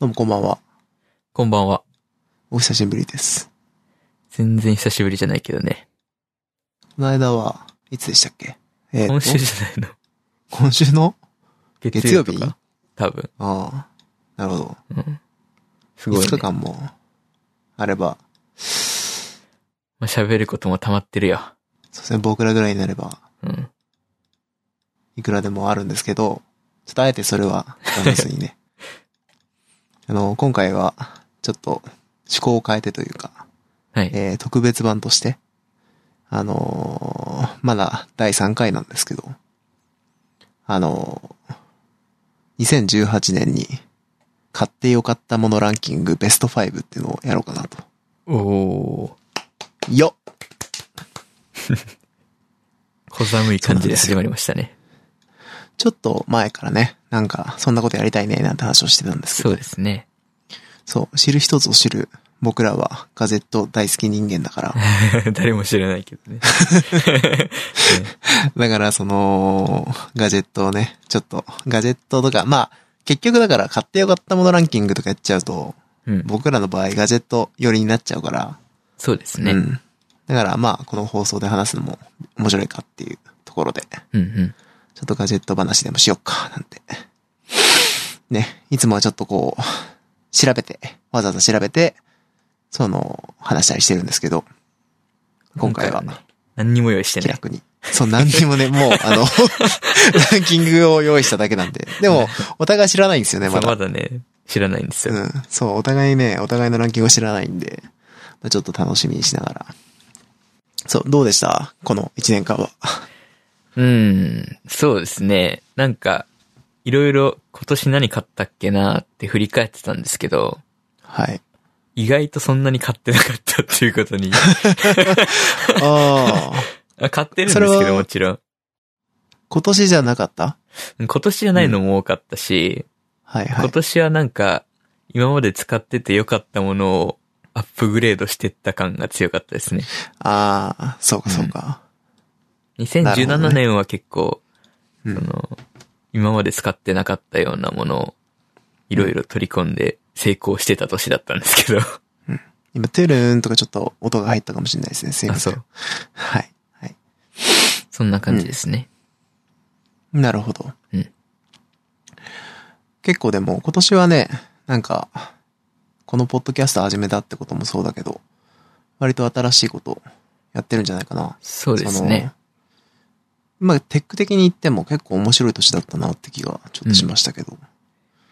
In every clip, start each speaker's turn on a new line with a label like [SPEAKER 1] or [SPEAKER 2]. [SPEAKER 1] どうもこんばんは。
[SPEAKER 2] こんばんは。
[SPEAKER 1] お久しぶりです。
[SPEAKER 2] 全然久しぶりじゃないけどね。
[SPEAKER 1] この間は、いつでしたっけえーと
[SPEAKER 2] 今週じゃないの。
[SPEAKER 1] 今週の
[SPEAKER 2] 月
[SPEAKER 1] 月曜
[SPEAKER 2] 曜
[SPEAKER 1] 日
[SPEAKER 2] とか多分。
[SPEAKER 1] ああ、なるほ
[SPEAKER 2] うん。す
[SPEAKER 1] ど。
[SPEAKER 2] ごい、ね
[SPEAKER 1] 5。日間も、あれば、
[SPEAKER 2] まあ、喋ることも溜まってるよ。
[SPEAKER 1] そうですね、僕らぐらいになれば、
[SPEAKER 2] うん。
[SPEAKER 1] いくらでもあるんですけど、ちょっとあえてそれは、話すに ね。あの、今回は、ちょっと、思考を変えてというか、
[SPEAKER 2] はい。
[SPEAKER 1] えー特別版として、あのーまだ第3回なんですけど、あのー2018年に買ってよかったものランキングベスト5っていうのをやろうかなと。
[SPEAKER 2] おー。
[SPEAKER 1] よっ
[SPEAKER 2] 小寒い感じで始まりましたね。
[SPEAKER 1] ちょっと前からね、なんか、そんなことやりたいね、なんて話をしてたんですけど。
[SPEAKER 2] そうですね。
[SPEAKER 1] そう、知る人ぞ知る、僕らはガジェット大好き人間だから。
[SPEAKER 2] 誰も知らないけどね。
[SPEAKER 1] だから、その、ガジェットをね、ちょっと、ガジェットとか、まあ、結局だから買ってよかったものランキングとかやっちゃうと、
[SPEAKER 2] うん。
[SPEAKER 1] 僕らの場合ガジェット寄りになっちゃうから、
[SPEAKER 2] そうですね。う
[SPEAKER 1] うんん。だからまあ、この放送で話すのも面白いかっていうところで、ちょ
[SPEAKER 2] うん。
[SPEAKER 1] っとガジェット話でもしよっか、なんて。ね、いつもはちょっとこう、調べて、わざわざ調べて、その、話したりしてるんですけど、今回は
[SPEAKER 2] ね、何にも用意して
[SPEAKER 1] 気
[SPEAKER 2] ない。
[SPEAKER 1] 楽に。そう、何にもね、もう、あの、 ランキングを用意しただけなんで。でも、お互い知らないんですよね、
[SPEAKER 2] そ
[SPEAKER 1] ま
[SPEAKER 2] う
[SPEAKER 1] だ
[SPEAKER 2] ま。だね、知らないんですよ。
[SPEAKER 1] うん。そう、お互いね、お互いのランキングを知らないんで、まあ、ちょっと楽しみにしながら。そう、どうでしたこの1年間は。
[SPEAKER 2] うん、そうですね。なんか、いろいろ今年何買ったっけなーって振り返ってたんですけど、
[SPEAKER 1] はい。
[SPEAKER 2] 意外とそんなに買ってなかったっていうこ とに。
[SPEAKER 1] ああ、
[SPEAKER 2] あ買ってるんです
[SPEAKER 1] それ
[SPEAKER 2] け
[SPEAKER 1] は
[SPEAKER 2] どもちろん。
[SPEAKER 1] 今年じゃなかった
[SPEAKER 2] 今年じゃないのも多かったし、
[SPEAKER 1] はいは
[SPEAKER 2] 今
[SPEAKER 1] い。
[SPEAKER 2] 年はなんか、今まで使ってて良かったものをアップグレードしてった感が強かったですね。
[SPEAKER 1] ああ、そうかそうか。なるほど
[SPEAKER 2] 2017
[SPEAKER 1] ね
[SPEAKER 2] 年は結構、
[SPEAKER 1] うん
[SPEAKER 2] その、今まで使ってなかったようなものを、いろいろ取り込んで成功してた年だったんですけど。
[SPEAKER 1] 今、トゥルーンとかちょっと音が入ったかもしれないですね。すいま
[SPEAKER 2] あ、
[SPEAKER 1] せ
[SPEAKER 2] そ
[SPEAKER 1] ん。
[SPEAKER 2] う。
[SPEAKER 1] はい。はい。
[SPEAKER 2] そんな感じですね。
[SPEAKER 1] なるほど。
[SPEAKER 2] うん
[SPEAKER 1] 結構でも今年はね、なんか、このポッドキャスト始めたってこともそうだけど、割と新しいことやってるんじゃないかな。
[SPEAKER 2] そうですね。
[SPEAKER 1] その。まあ、テック的に言っても結構面白い年だったなって気がちょっとしましたけど。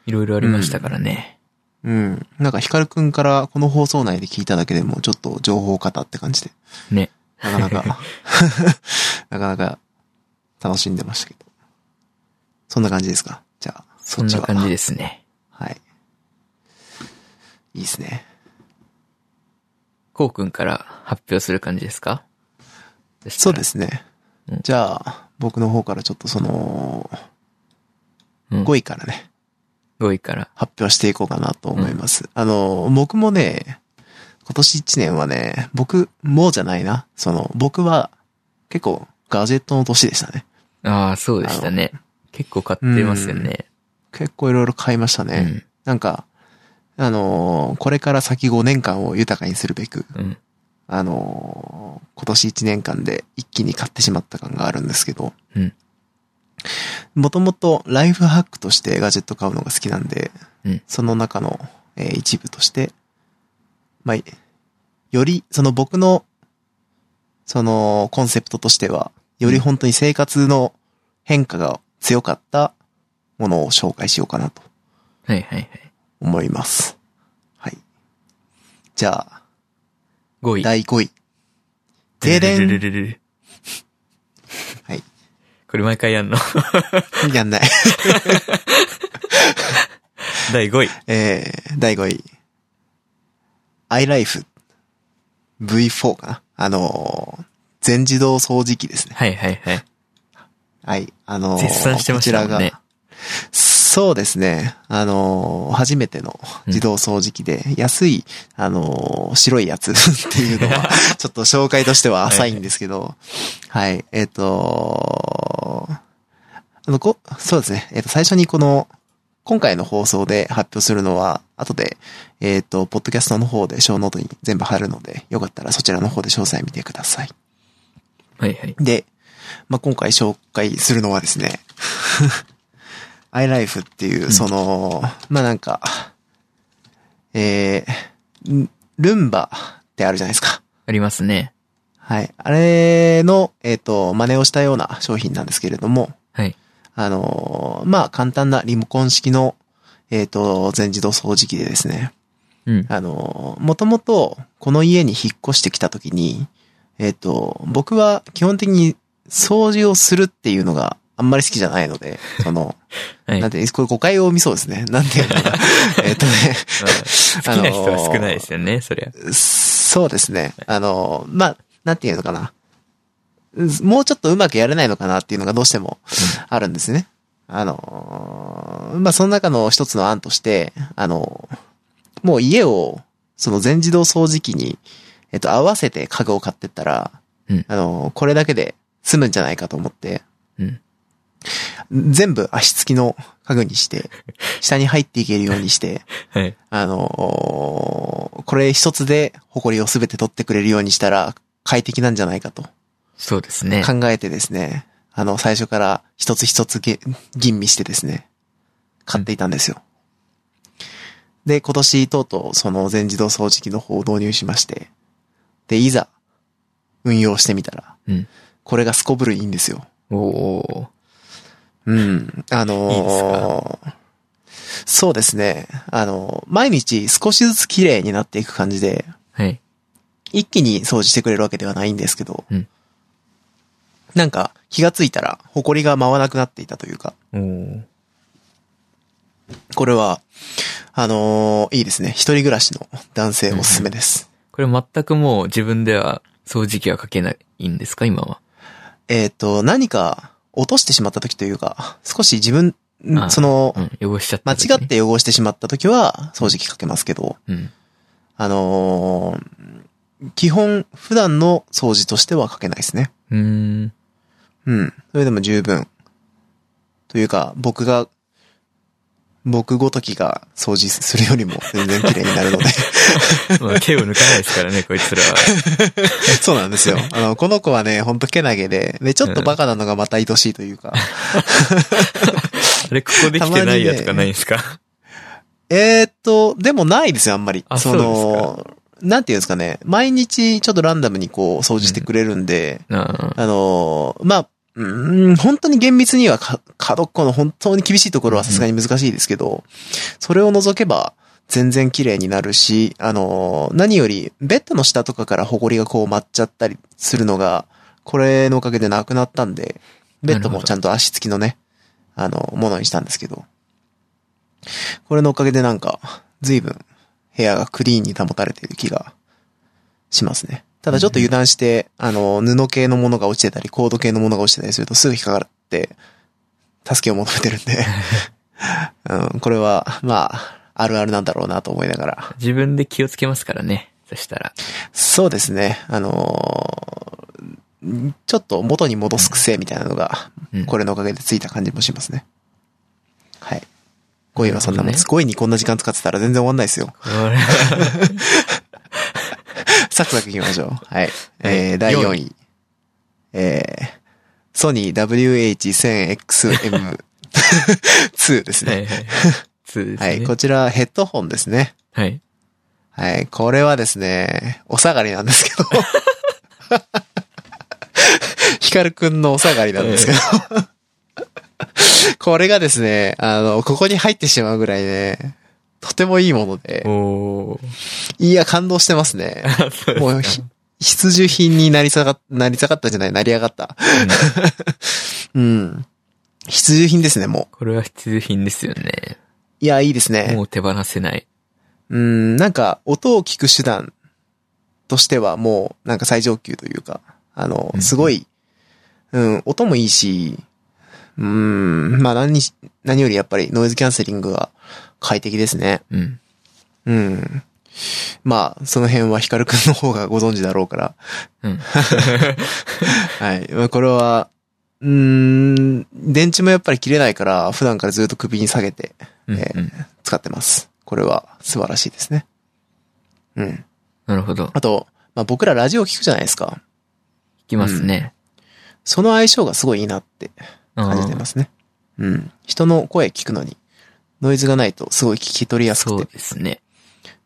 [SPEAKER 2] いろいろありましたからね。
[SPEAKER 1] うん。なんか、ヒカルくんからこの放送内で聞いただけでも、ちょっと情報型って感じで、
[SPEAKER 2] ね。
[SPEAKER 1] なかな か、 なかなか楽しんでましたけど。そんな感じですかじゃあ、
[SPEAKER 2] そ
[SPEAKER 1] そ
[SPEAKER 2] ん
[SPEAKER 1] っち
[SPEAKER 2] な
[SPEAKER 1] は。
[SPEAKER 2] 感じですね。
[SPEAKER 1] はい。いいですね。
[SPEAKER 2] こうくんから発表する感じですか。
[SPEAKER 1] そうですすね
[SPEAKER 2] うん。
[SPEAKER 1] じゃあ、僕の方からちょっとその、
[SPEAKER 2] うん
[SPEAKER 1] 5位からね、
[SPEAKER 2] 5位から。
[SPEAKER 1] 発表していこうかなと思います。あの、僕もね、今年1年はね、僕もじゃないな。その、僕は結構ガジェットの年でしたね。
[SPEAKER 2] ああ、そうでしたね。結構買ってますよね。
[SPEAKER 1] 結構いろいろ買いました
[SPEAKER 2] う
[SPEAKER 1] ね。
[SPEAKER 2] ん。
[SPEAKER 1] なんか、あのーこれから先5年間を豊かにするべく、
[SPEAKER 2] うん。
[SPEAKER 1] あのー今年1年間で一気に買ってしまった感があるんですけど、
[SPEAKER 2] うん
[SPEAKER 1] もともとライフハックとしてガジェット買うのが好きなんで、
[SPEAKER 2] うん
[SPEAKER 1] その中の、えー一部として、まあ、より、その僕の、そのコンセプトとしては、より本当に生活の変化が強かったものを紹介しようかなと
[SPEAKER 2] はいはいはい。
[SPEAKER 1] 思います。はい。じゃあ、
[SPEAKER 2] 5位。
[SPEAKER 1] 第5位。停
[SPEAKER 2] ルル
[SPEAKER 1] 電
[SPEAKER 2] ルルルル
[SPEAKER 1] はい。
[SPEAKER 2] これ毎回やんの。
[SPEAKER 1] やんない。
[SPEAKER 2] 第5位。
[SPEAKER 1] えー、第5位。iLife V4 かなあのー全自動掃除機ですね。
[SPEAKER 2] はいはいはい。
[SPEAKER 1] はい。あのー
[SPEAKER 2] 絶賛してましたもんね
[SPEAKER 1] こちらが、そうですね。あのー初めての自動掃除機で、安い、あのー白いやつ っていうのは、ちょっと紹介としては浅いんですけど、はい、えっ、とあの、こ、そうですね。えっ、と、最初にこの、今回の放送で発表するのは、後で、えっ、と、ポッドキャストの方で小ノートに全部貼るので、よかったらそちらの方で詳細見てください。
[SPEAKER 2] はいはい。
[SPEAKER 1] で、まあ、今回紹介するのはですね、iLife っていう、その、まあ、なんか、えー、んルンバってあるじゃないですか。
[SPEAKER 2] ありますね。
[SPEAKER 1] はい。あれの、えっ、と、真似をしたような商品なんですけれども、
[SPEAKER 2] はい。
[SPEAKER 1] あのーまあ、簡単なリモコン式の、えっ、と、全自動掃除機でですね、
[SPEAKER 2] うん。
[SPEAKER 1] あの、もともと、この家に引っ越してきたときに、えっ、と、僕は基本的に掃除をするっていうのがあんまり好きじゃないので、その、
[SPEAKER 2] はい。
[SPEAKER 1] なん
[SPEAKER 2] ま
[SPEAKER 1] て、これ誤解を生みそうですね。なんていうのかな えっとね、
[SPEAKER 2] あ好きな人は少ないですよね、そりゃ。
[SPEAKER 1] そうですね。あの、まあ、なんていうのかな。もうちょっとうまくやれないのかなっていうのがどうしてもあるんですね。あの、まあ、その中の一つの案として、あの、もう家を、その全自動掃除機に、えっと、合わせて家具を買ってったら、
[SPEAKER 2] うん
[SPEAKER 1] あの、これだけで済むんじゃないかと思って、
[SPEAKER 2] うん。
[SPEAKER 1] 全部足つきの家具に して、下に入っていけるようにして、
[SPEAKER 2] はい。
[SPEAKER 1] あのーこれ一つで埃をすべて取ってくれるようにしたら快適なんじゃないかと
[SPEAKER 2] そうですね。
[SPEAKER 1] 考えてですね、あの、最初から一つ一つげ吟味してですね、買っていたんですよ。で、今年とうとうその全自動掃除機の方を導入しまして、で、いざ運用してみたら、
[SPEAKER 2] うん。
[SPEAKER 1] これがすこぶるいいんですよ。
[SPEAKER 2] おー。
[SPEAKER 1] うん。あのー
[SPEAKER 2] いいです
[SPEAKER 1] そうですね。あの毎日少しずつ綺麗になっていく感じで、
[SPEAKER 2] はい。
[SPEAKER 1] 一気に掃除してくれるわけではないんですけど、
[SPEAKER 2] うん
[SPEAKER 1] なんか気がついたら、埃が舞わなくなっていたというか、
[SPEAKER 2] おー。
[SPEAKER 1] これは、あのーいいですね。一人暮らしの男性おすすめです。
[SPEAKER 2] これ全くもう自分では掃除機はかけないんですか、今は。
[SPEAKER 1] えっと、何か落としてしまった時というか、少し自分、
[SPEAKER 2] ああ
[SPEAKER 1] その
[SPEAKER 2] う、ん。汚しちゃっ
[SPEAKER 1] 間
[SPEAKER 2] た時ね、
[SPEAKER 1] 違って汚してしまった時は掃除機かけますけど、
[SPEAKER 2] うん。
[SPEAKER 1] あのー基本、普段の掃除としてはかけないですね。
[SPEAKER 2] うーん。
[SPEAKER 1] うん。それでも十分。というか、僕が、僕ごときが掃除するよりも全然綺麗になる ので。
[SPEAKER 2] まあ 手を抜かないですからね、こいつらは。
[SPEAKER 1] そうなんですよ。あの、この子はね、ほんとけなげで、ね、ちょっとバカなのがまた愛しいというか。
[SPEAKER 2] あれ、ここできてないやとかないんですか、
[SPEAKER 1] えーっと、でもないですよ、あんまり。
[SPEAKER 2] あ
[SPEAKER 1] の、なんていうんですかね、毎日ちょっとランダムにこう掃除してくれるんで、
[SPEAKER 2] ああ
[SPEAKER 1] あのーまあ、うーん本当に厳密にはか、角っこの本当に厳しいところはさすがに難しいですけど、それを除けば全然綺麗になるし、あのー何よりベッドの下とかから埃がこう舞っちゃったりするのが、これのおかげでなくなったんで、ベッド
[SPEAKER 2] なるほ
[SPEAKER 1] も
[SPEAKER 2] ど
[SPEAKER 1] ちゃんと足つきのね、あの、ものにしたんですけど、これのおかげでなんか、随分部屋がクリーンに保たれている気がしますね。ただちょっと油断して、あの、布系のものが落ちてたり、コード系のものが落ちてたりするとすぐ引っかかって、助けを求めてるんで、うん、これは、まあ、あるあるなんだろうなと思いながら。
[SPEAKER 2] 自分で気をつけますからね。そしたら。
[SPEAKER 1] そうですね、あのーちょっと元に戻す癖みたいなのが、
[SPEAKER 2] うん。
[SPEAKER 1] これのおかげでついた感じもしますね。はい。5位はそんなもんです。5位にこんな時間使ってたら全然終わんないです よ。
[SPEAKER 2] これは
[SPEAKER 1] サクサクいきましょう。 はい。えー、第4
[SPEAKER 2] 四
[SPEAKER 1] 位。えー、ソニー WH1000XM2 です
[SPEAKER 2] は
[SPEAKER 1] ね。
[SPEAKER 2] いはい。そうですね。
[SPEAKER 1] はい。こちらヘッドホンですね。
[SPEAKER 2] はい。
[SPEAKER 1] はい。これはですね、お下がりなんですけど。 ヒカルくんのお下がりなんですけど。これがですね、あの、ここに入ってしまうぐらいね、とてもいいもので、
[SPEAKER 2] おー。
[SPEAKER 1] いや、感動してますね。
[SPEAKER 2] あそうです
[SPEAKER 1] もうひ、必需品になり下が、なり下がったじゃない、なり上がった。 うん。必需品ですね、もう。
[SPEAKER 2] これは必需品ですよね。
[SPEAKER 1] いや、いいですね。
[SPEAKER 2] もう手放せない。
[SPEAKER 1] うん、なんか、音を聞く手段としてはもう、なんか最上級というか、あの
[SPEAKER 2] う、ん
[SPEAKER 1] すごい、うん、音もいいし、うん、まあ何にし、何よりやっぱりノイズキャンセリングが快適ですね。
[SPEAKER 2] うん。
[SPEAKER 1] うん。まあ、その辺はヒカルくんの方がご存知だろう から、
[SPEAKER 2] うん。
[SPEAKER 1] はい。まあ、これは、うーん、電池もやっぱり切れないから、普段からずっと首に下げて、
[SPEAKER 2] うんうん
[SPEAKER 1] えー使ってます。これは素晴らしいですね。うん。
[SPEAKER 2] なるほど。聞
[SPEAKER 1] あと、まあ、僕らラジオ聞くじゃないですか。
[SPEAKER 2] きますね。
[SPEAKER 1] その相性がすごいいいなって感じてますね。うん。人の声聞くのに、ノイズがないとすごい聞き取りやす
[SPEAKER 2] そ
[SPEAKER 1] く
[SPEAKER 2] う
[SPEAKER 1] て。
[SPEAKER 2] ですね。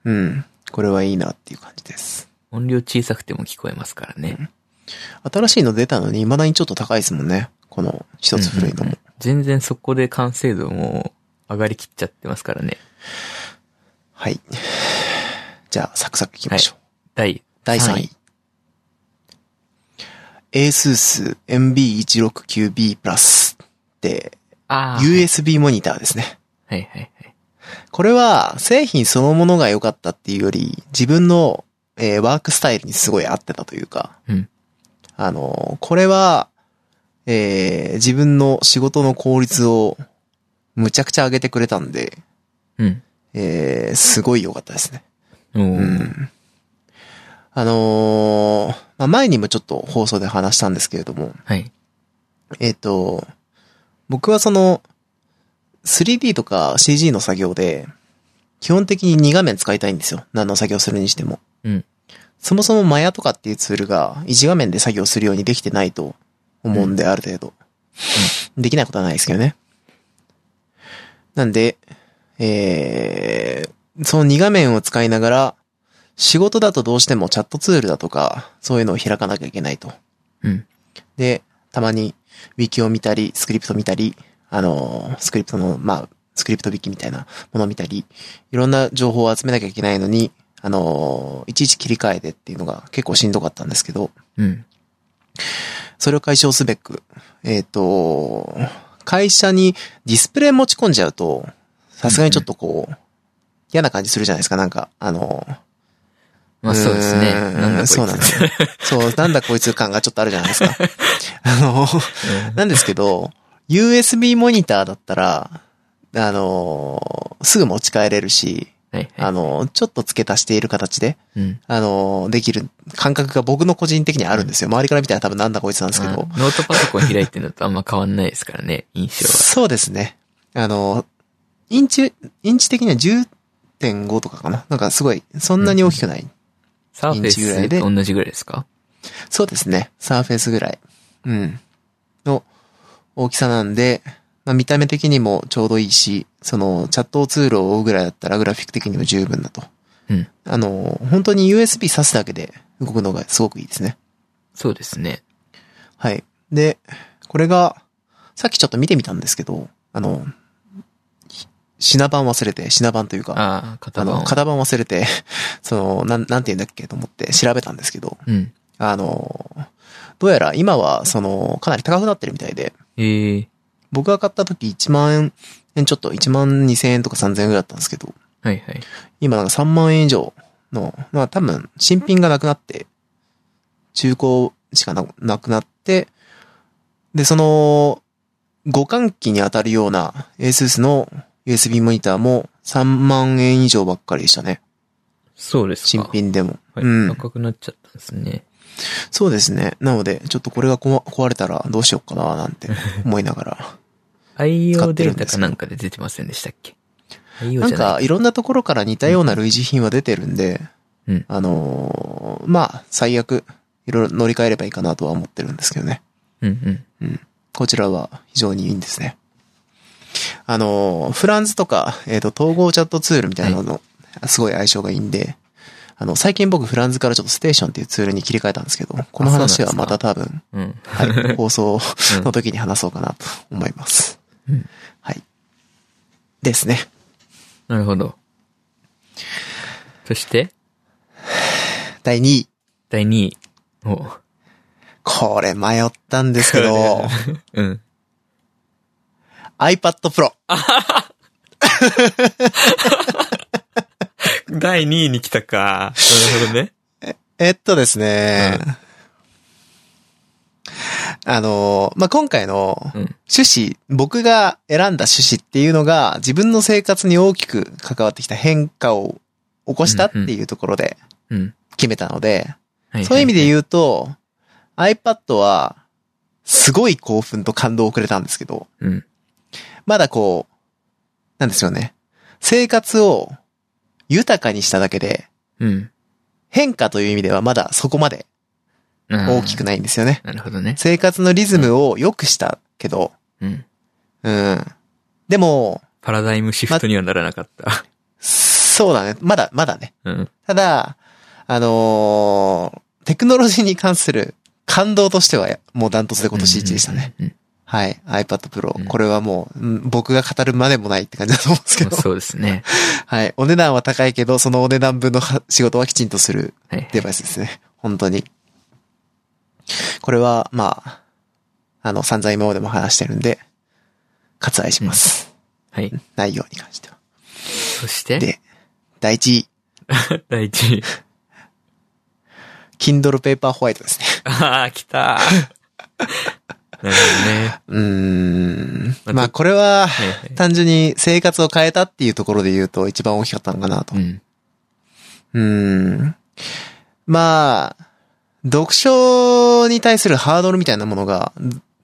[SPEAKER 1] うん。これはいいなっていう感じです。
[SPEAKER 2] 音量小さくても聞こえますからね。
[SPEAKER 1] 新しいの出たのに未だにちょっと高いですもんね。この一つ古いの
[SPEAKER 2] うんうんう
[SPEAKER 1] も
[SPEAKER 2] ん。全然そこで完成度も上がりきっちゃってますからね。
[SPEAKER 1] はい。 じゃあ、サクサクいきましょう。
[SPEAKER 2] 第
[SPEAKER 1] 第3位。ASUS MB169B プラスで、
[SPEAKER 2] ああ。
[SPEAKER 1] USB モニターですね。
[SPEAKER 2] はいはいはい。
[SPEAKER 1] これは製品そのものが良かったっていうより、自分の、えーワークスタイルにすごい合ってたというか、
[SPEAKER 2] うん
[SPEAKER 1] あのー、これは、えー自分の仕事の効率をむちゃくちゃ上げてくれたんで、
[SPEAKER 2] うん。
[SPEAKER 1] えーすごい良かったですね。
[SPEAKER 2] おー
[SPEAKER 1] うん。あのーまあ、前にもちょっと放送で話したんですけれども、
[SPEAKER 2] はい。
[SPEAKER 1] えっ、と、僕はその、3D とか CG の作業で、基本的に2画面使いたいんですよ。何の作業するにしても。
[SPEAKER 2] うん
[SPEAKER 1] そもそもマヤとかっていうツールが1画面で作業するようにできてないと思うんで、ある程度。できないことはないですけどね。なんで、えー、その2画面を使いながら、仕事だとどうしてもチャットツールだとか、そういうのを開かなきゃいけないと。
[SPEAKER 2] うん。
[SPEAKER 1] で、たまに、ウィキを見たり、スクリプト見たり、あのースクリプトの、まあ、スクリプトウィキみたいなものを見たり、いろんな情報を集めなきゃいけないのに、あのーいちいち切り替えてっていうのが結構しんどかったんですけど、
[SPEAKER 2] うん。
[SPEAKER 1] それを解消すべく、えっ、と、会社にディスプレイ持ち込んじゃうと、さすがにちょっとこう、嫌な感じするじゃないですか、なんか、あのー
[SPEAKER 2] まあそうですね。
[SPEAKER 1] うーん
[SPEAKER 2] なんだこいつ。
[SPEAKER 1] そう なんですよ。そう、なんだこいつ感がちょっとあるじゃないですか。あのーなんですけど、USB モニターだったら、あのーすぐ持ち帰れるし、
[SPEAKER 2] はいは
[SPEAKER 1] あ
[SPEAKER 2] い。
[SPEAKER 1] のーちょっと付け足している形で、
[SPEAKER 2] うん。
[SPEAKER 1] あのーできる感覚が僕の個人的にはあるんですよ。周りから見たら多分なんだこいつなんですけ
[SPEAKER 2] まあ
[SPEAKER 1] ど。
[SPEAKER 2] ノートパソコン開いてるのとあんま変わんないですからね、印象は。
[SPEAKER 1] そうですね。あのーインチ、インチ的には10.5とかかな。なんかすごい、そんなに大きくない。
[SPEAKER 2] サーフェイ
[SPEAKER 1] インチぐらい
[SPEAKER 2] ス
[SPEAKER 1] で
[SPEAKER 2] と同じぐらいですか
[SPEAKER 1] そうですね。サーフェイスぐらい。うん。の大きさなんで、まあ、見た目的にもちょうどいいし、そのチャットツールを追うぐらいだったらグラフィック的にも十分だと。
[SPEAKER 2] うん。
[SPEAKER 1] あの、本当に USB 挿すだけで動くのがすごくいいですね。
[SPEAKER 2] そうですね。
[SPEAKER 1] はい。で、これが、さっきちょっと見てみたんですけど、あの、品番忘れて、品番というか、
[SPEAKER 2] ああ、型
[SPEAKER 1] あ
[SPEAKER 2] 番
[SPEAKER 1] の、
[SPEAKER 2] を。
[SPEAKER 1] 型番忘れて、 その、なん、なんて言うんだっけと思って調べたんですけど、
[SPEAKER 2] うん。
[SPEAKER 1] あの、どうやら今は、その、かなり高くなってるみたいで、
[SPEAKER 2] ええ。
[SPEAKER 1] 僕が買った時1万円ちょっと、1万2千円とか3千円ぐらいだったんですけど、
[SPEAKER 2] はいはい。
[SPEAKER 1] 今なんか3万円以上の、まあ多分、新品がなくなって、中古しかななくなって、で、その、互換機に当たるような ASUS の USB モニターも3万円以上ばっかりでしたね。
[SPEAKER 2] そうですか。
[SPEAKER 1] 新。品でも。
[SPEAKER 2] はい。
[SPEAKER 1] うん
[SPEAKER 2] 赤くなっちゃったんですね。
[SPEAKER 1] そうですね。なので、ちょっとこれがこわ壊れたらどうしようかななんて思いなが ら。使
[SPEAKER 2] IO
[SPEAKER 1] って
[SPEAKER 2] デ
[SPEAKER 1] るん
[SPEAKER 2] ー
[SPEAKER 1] ですけど
[SPEAKER 2] タかなんかで出てませんでしたっけ ?IO じゃ
[SPEAKER 1] な
[SPEAKER 2] ない
[SPEAKER 1] んか、いろんなところから似たような類似品は出てるんで、
[SPEAKER 2] うん
[SPEAKER 1] あのーまあ、最悪、いろいろ乗り換えればいいかなとは思ってるんですけどね。
[SPEAKER 2] うんうん。
[SPEAKER 1] こちらは非常にいいんですね。あのーフランズとか、えっ、と、統合チャットツールみたいなのの、すごい相性がいいんで、あの、最近僕フランズからちょっとステーションっていうツールに切り替えたんですけど、この話はまた多分、
[SPEAKER 2] うん。
[SPEAKER 1] はい、 放送の時に話そうかなと思います。
[SPEAKER 2] うん
[SPEAKER 1] はい。ですね。
[SPEAKER 2] なるほど。そして、
[SPEAKER 1] 第2位。
[SPEAKER 2] 第2位。お
[SPEAKER 1] これ迷ったんですけ ど、
[SPEAKER 2] うん。
[SPEAKER 1] iPad Pro。
[SPEAKER 2] 第2位に来たか。なるほどね。
[SPEAKER 1] えっとですね、あの、まあ、今回の
[SPEAKER 2] うん。
[SPEAKER 1] 趣旨、僕が選んだ趣旨っていうのが自分の生活に大きく関わってきた変化を起こしたっていうところで
[SPEAKER 2] うん。
[SPEAKER 1] 決めたので、
[SPEAKER 2] はい
[SPEAKER 1] そういう意味で
[SPEAKER 2] う。
[SPEAKER 1] 言うと、iPad は、すごい興奮と感動をくれたんですけど、
[SPEAKER 2] うん。
[SPEAKER 1] まだこう、なんですよね。生活を豊かにしただけで、
[SPEAKER 2] うん。
[SPEAKER 1] 変化という意味ではまだそこまで大きく
[SPEAKER 2] な
[SPEAKER 1] ないんですよね。
[SPEAKER 2] なるほどね。
[SPEAKER 1] 生活のリズムを良くしたけど、
[SPEAKER 2] うん。
[SPEAKER 1] うん。でも、
[SPEAKER 2] パラダイムシフトにはならなかった。
[SPEAKER 1] そうだね。まだ、まだね。
[SPEAKER 2] うん。
[SPEAKER 1] ただ、あのーテクノロジーに関する感動としては、もうダントツで今年1位でしたね。
[SPEAKER 2] うん。うんうん
[SPEAKER 1] はい。iPad
[SPEAKER 2] うん
[SPEAKER 1] Pro。これはもう、うん僕が語るまでもないって感じだと思うんですけ
[SPEAKER 2] そう
[SPEAKER 1] ど。
[SPEAKER 2] そうです ね。
[SPEAKER 1] はい。お値段は高いけど、そのお値段分のは仕事はきちんとする
[SPEAKER 2] はい。
[SPEAKER 1] デバイスですね。本当に。これは、まあ、あの、散々今までも話してるんで、割愛します。
[SPEAKER 2] はい。
[SPEAKER 1] 内容に関しては。
[SPEAKER 2] そして、
[SPEAKER 1] で、第1位、
[SPEAKER 2] 第一位。
[SPEAKER 1] Kindle Paper White ですね。
[SPEAKER 2] ああ、来 たー。なる
[SPEAKER 1] うーん。
[SPEAKER 2] まあ
[SPEAKER 1] まあ、これは、
[SPEAKER 2] ほどね。はい
[SPEAKER 1] 単純に生活を変えたっていうところで言うと一番大きかったのかなと
[SPEAKER 2] は。い。うん。
[SPEAKER 1] うーん。まあ、読書に対するハードルみたいなものが、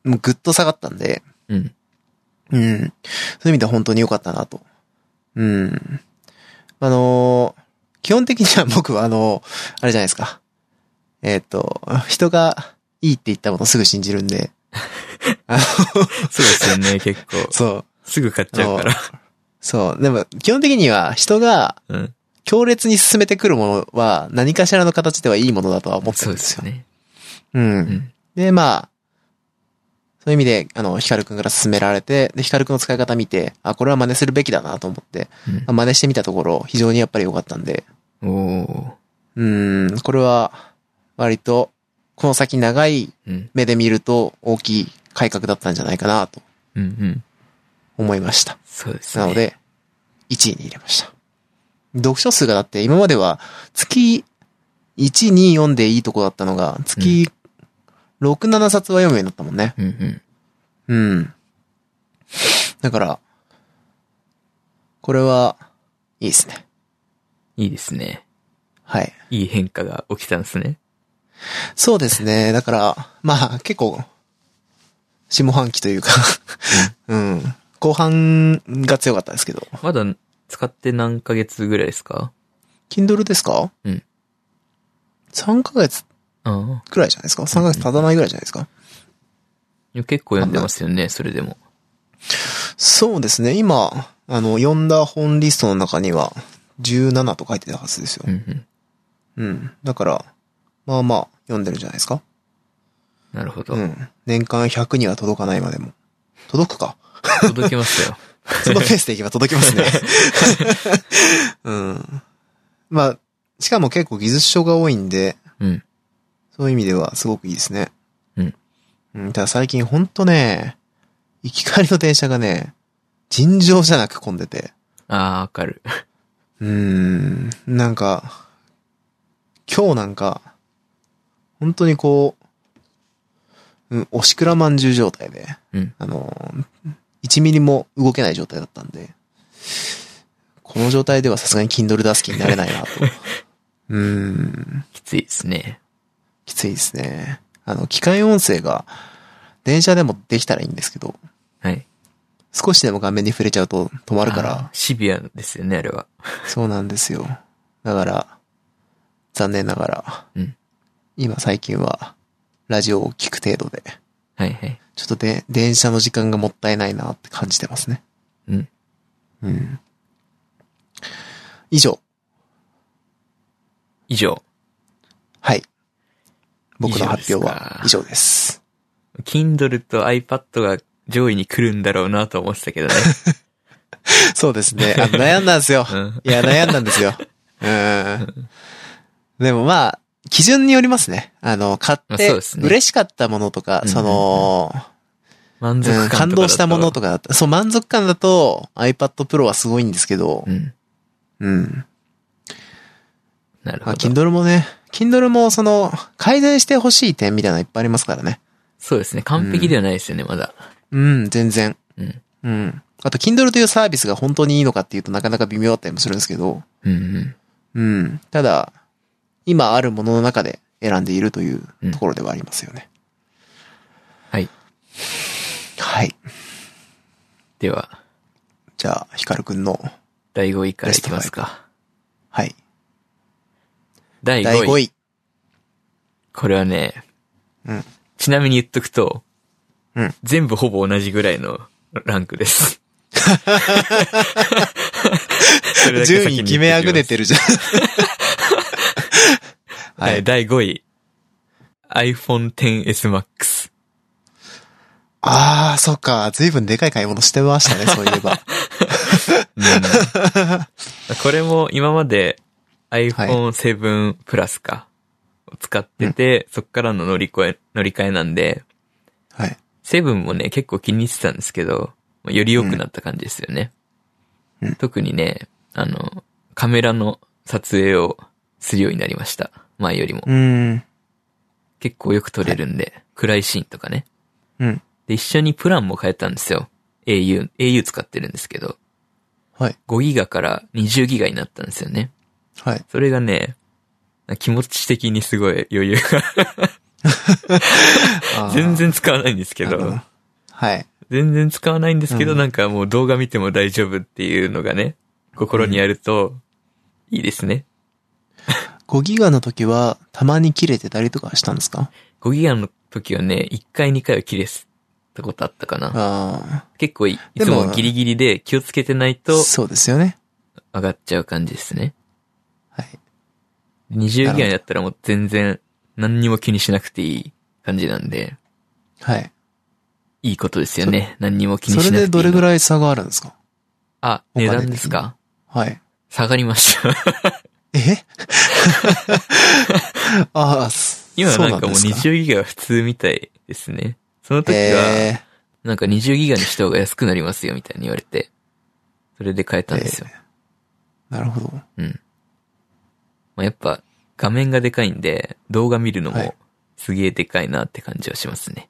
[SPEAKER 1] もうぐっと下がったんで、
[SPEAKER 2] うん。
[SPEAKER 1] うん。そういう意味では本当に良かったなと。うん。あのー基本的には僕はあのーあれじゃないですか。えっ、と、人がいいって言ったものすぐ信じるんで。あの
[SPEAKER 2] そうですよね、結構。
[SPEAKER 1] そう。
[SPEAKER 2] すぐ買っちゃうから。
[SPEAKER 1] そう。でも、基本的には人が
[SPEAKER 2] うん。
[SPEAKER 1] 強烈に進めてくるものは何かしらの形ではいいものだとは思って
[SPEAKER 2] そ
[SPEAKER 1] る
[SPEAKER 2] うんで
[SPEAKER 1] です
[SPEAKER 2] す
[SPEAKER 1] よ。
[SPEAKER 2] よね。
[SPEAKER 1] うん
[SPEAKER 2] う。ん。
[SPEAKER 1] で、まあ、そういう意味で、あの、ヒカルくんから勧められて、で、ヒカルくんの使い方見て、あ、これは真似するべきだなと思って、
[SPEAKER 2] うん
[SPEAKER 1] まあ真似してみたところ、非常にやっぱり良かったんで、
[SPEAKER 2] おー。
[SPEAKER 1] うーん、これは、割と、この先長い
[SPEAKER 2] うん。
[SPEAKER 1] 目で見ると大きい改革だったんじゃないかなと
[SPEAKER 2] うんうん。
[SPEAKER 1] 思いました。
[SPEAKER 2] そうですね。
[SPEAKER 1] なので、1位に入れました。読書数がだって今までは月1、2、4でいいとこだったのが、月6、7冊は読むようになったもんね。
[SPEAKER 2] うんうん。
[SPEAKER 1] うん。だから、これは、いいですね。
[SPEAKER 2] いいですね。
[SPEAKER 1] はい。
[SPEAKER 2] いい変化が起きたんですね。
[SPEAKER 1] そうですね。だから、まあ、結構、下半期というか、うん。後半が強かったですけど。
[SPEAKER 2] まだ使って何ヶ月ぐらいですか
[SPEAKER 1] Kindle ですか
[SPEAKER 2] うん。
[SPEAKER 1] 3ヶ月
[SPEAKER 2] ああ。
[SPEAKER 1] くらいじゃないですか ?3 ヶ月経たないぐらいじゃないですか、
[SPEAKER 2] でも結構読んでますよね、それでも。
[SPEAKER 1] そうですね。今、あの、読んだ本リストの中には、17と書いてたはずですよ
[SPEAKER 2] う。んうん。
[SPEAKER 1] うん。だから、まあまあ、読んでるんじゃないですか
[SPEAKER 2] なるほど
[SPEAKER 1] う。ん。年間100には届かないまでも。届く か。
[SPEAKER 2] 届きましたよ。
[SPEAKER 1] そのペースでいけば届きます ね。うん。まあ、しかも結構技術書が多いんで、
[SPEAKER 2] うん。
[SPEAKER 1] そういう意味ではすごくいいですね。
[SPEAKER 2] うん。
[SPEAKER 1] うん、ただ最近ほんとね、行き帰りの電車がね、尋常じゃなく混んでて。
[SPEAKER 2] ああ、わかる。
[SPEAKER 1] うーん、なんか、今日なんか、本当にこう、うん、おしくらまんじゅう状態で、
[SPEAKER 2] うん
[SPEAKER 1] あのー、1ミリも動けない状態だったんで、この状態ではさすがに Kindle 出す気になれ ないなと。うーん、
[SPEAKER 2] きついですね。
[SPEAKER 1] きついですね。あの、機械音声が、電車でもできたらいいんですけど、
[SPEAKER 2] はい。
[SPEAKER 1] 少しでも画面に触れちゃうと止ま
[SPEAKER 2] あ
[SPEAKER 1] るから、
[SPEAKER 2] ー。シビアですよね、あれは。
[SPEAKER 1] そうなんですよ。だから、残念ながら、
[SPEAKER 2] うん
[SPEAKER 1] 今最近は、ラジオを聞く程度で、
[SPEAKER 2] はいはい。
[SPEAKER 1] ちょっとで、電車の時間がもったいないなって感じてますね。
[SPEAKER 2] うん。
[SPEAKER 1] うん。以上。
[SPEAKER 2] 以上。
[SPEAKER 1] はい。僕の発表は以
[SPEAKER 2] 以
[SPEAKER 1] 上です。
[SPEAKER 2] Kindle と iPad が上位に来るんだろうなと思ってたけどね。
[SPEAKER 1] そうですね。あの 悩んだんですよ。
[SPEAKER 2] うん。
[SPEAKER 1] いや、悩んだんです よ。うん。でもまあ、基準によりますね。あの、買
[SPEAKER 2] ま
[SPEAKER 1] っ
[SPEAKER 2] あそ
[SPEAKER 1] て
[SPEAKER 2] うです、ね
[SPEAKER 1] 嬉しかったものとか、
[SPEAKER 2] うん
[SPEAKER 1] その、
[SPEAKER 2] 満足
[SPEAKER 1] うん
[SPEAKER 2] 感とかだと
[SPEAKER 1] 感動したものとかだった。そう、満足感だと iPad Pro はすごいんですけど
[SPEAKER 2] う、ん。
[SPEAKER 1] うん。
[SPEAKER 2] なる
[SPEAKER 1] ま
[SPEAKER 2] ほ
[SPEAKER 1] あ、
[SPEAKER 2] ど。
[SPEAKER 1] Kindle もね、Kindle もその、改善してほしい点みたいなのいっぱいありますからね。
[SPEAKER 2] そうですね。完璧ではないですよね、まだ。
[SPEAKER 1] うん、全然。
[SPEAKER 2] うん。
[SPEAKER 1] うん。あと、Kindle というサービスが本当にいいのかっていうとなかなか微妙だったりもするんですけど、
[SPEAKER 2] うんうん。
[SPEAKER 1] うん。ただ、今あるものの中で選んでいるというところではありますよね。
[SPEAKER 2] はい。
[SPEAKER 1] はい。
[SPEAKER 2] では、
[SPEAKER 1] じゃあ、ヒカルくんの、
[SPEAKER 2] 第5位からいきますか。
[SPEAKER 1] はい。
[SPEAKER 2] 第5
[SPEAKER 1] 第
[SPEAKER 2] 位。
[SPEAKER 1] 5位。
[SPEAKER 2] これはね、
[SPEAKER 1] うん
[SPEAKER 2] ちなみに言っとくと、
[SPEAKER 1] うん
[SPEAKER 2] 全部ほぼ同じぐらいのランクです。 それだけ先
[SPEAKER 1] 順位
[SPEAKER 2] に言っときます
[SPEAKER 1] 決めあぐねてるじゃん。
[SPEAKER 2] は、
[SPEAKER 1] はいい。
[SPEAKER 2] 第5位。iPhone XS Max。
[SPEAKER 1] ああ、そっか。随分でかい買い物してま したね、そういえば。
[SPEAKER 2] これも今まで iPhone7 プラスか、を使ってて、そっからの乗り越え、乗り換えなんで、
[SPEAKER 1] はい。
[SPEAKER 2] 7もね、結構気に入ってたんですけど、まあより良くなった感じですよね。
[SPEAKER 1] うん
[SPEAKER 2] 特にね、あの、カメラの撮影をするようになりました。前よりも。
[SPEAKER 1] うん。
[SPEAKER 2] 結構よく撮れるんで、暗いシーンとかね。
[SPEAKER 1] うん。
[SPEAKER 2] で、一緒にプランも変えたんですよ。au、au 使ってるんですけど、
[SPEAKER 1] はい。
[SPEAKER 2] 5ギガから20ギガになったんですよね。
[SPEAKER 1] はい。
[SPEAKER 2] それがね、気持ち的にすごい余裕
[SPEAKER 1] あ
[SPEAKER 2] が、
[SPEAKER 1] ー
[SPEAKER 2] 全。然使わないんですけ
[SPEAKER 1] なるほ
[SPEAKER 2] ど
[SPEAKER 1] ど、はい。
[SPEAKER 2] 全然使わないんですけど、
[SPEAKER 1] うん
[SPEAKER 2] なんかもう動画見ても大丈夫っていうのがね、心にあると、いいですね。
[SPEAKER 1] 5ギガの時は、たまに切れてたりとかしたんですか
[SPEAKER 2] 5ギガの時はね、1回2回は切れたことあったかな。
[SPEAKER 1] あ
[SPEAKER 2] 結構いい
[SPEAKER 1] で
[SPEAKER 2] つ
[SPEAKER 1] も
[SPEAKER 2] もギリギリで気をつけてない
[SPEAKER 1] あ。
[SPEAKER 2] と
[SPEAKER 1] そうですよね。
[SPEAKER 2] 上がっちゃう感じですね。
[SPEAKER 1] はい。
[SPEAKER 2] 20ギガになったらもう全然何にも気にしなくていい感じなんで、
[SPEAKER 1] はい。
[SPEAKER 2] いいことですよね。何にも気にしなく
[SPEAKER 1] そ
[SPEAKER 2] て
[SPEAKER 1] れ
[SPEAKER 2] いいの。
[SPEAKER 1] でどれぐ
[SPEAKER 2] い
[SPEAKER 1] らい差があるんですか
[SPEAKER 2] あ、
[SPEAKER 1] お
[SPEAKER 2] 値
[SPEAKER 1] 金
[SPEAKER 2] 段ですか
[SPEAKER 1] はい。
[SPEAKER 2] 下がり ました。
[SPEAKER 1] えああ、す
[SPEAKER 2] 今なんかもう
[SPEAKER 1] そうです
[SPEAKER 2] 20ギガが普通みたいですね。その時は、
[SPEAKER 1] え
[SPEAKER 2] なんか20ギガにした方が安くなりますよみたいに言われて、それで変えたんですよ。
[SPEAKER 1] ー、なるほど。
[SPEAKER 2] まあ、やっぱ画面がでかいんで、動画見るの
[SPEAKER 1] は
[SPEAKER 2] も
[SPEAKER 1] い
[SPEAKER 2] すげえでかいなって感じはしますね。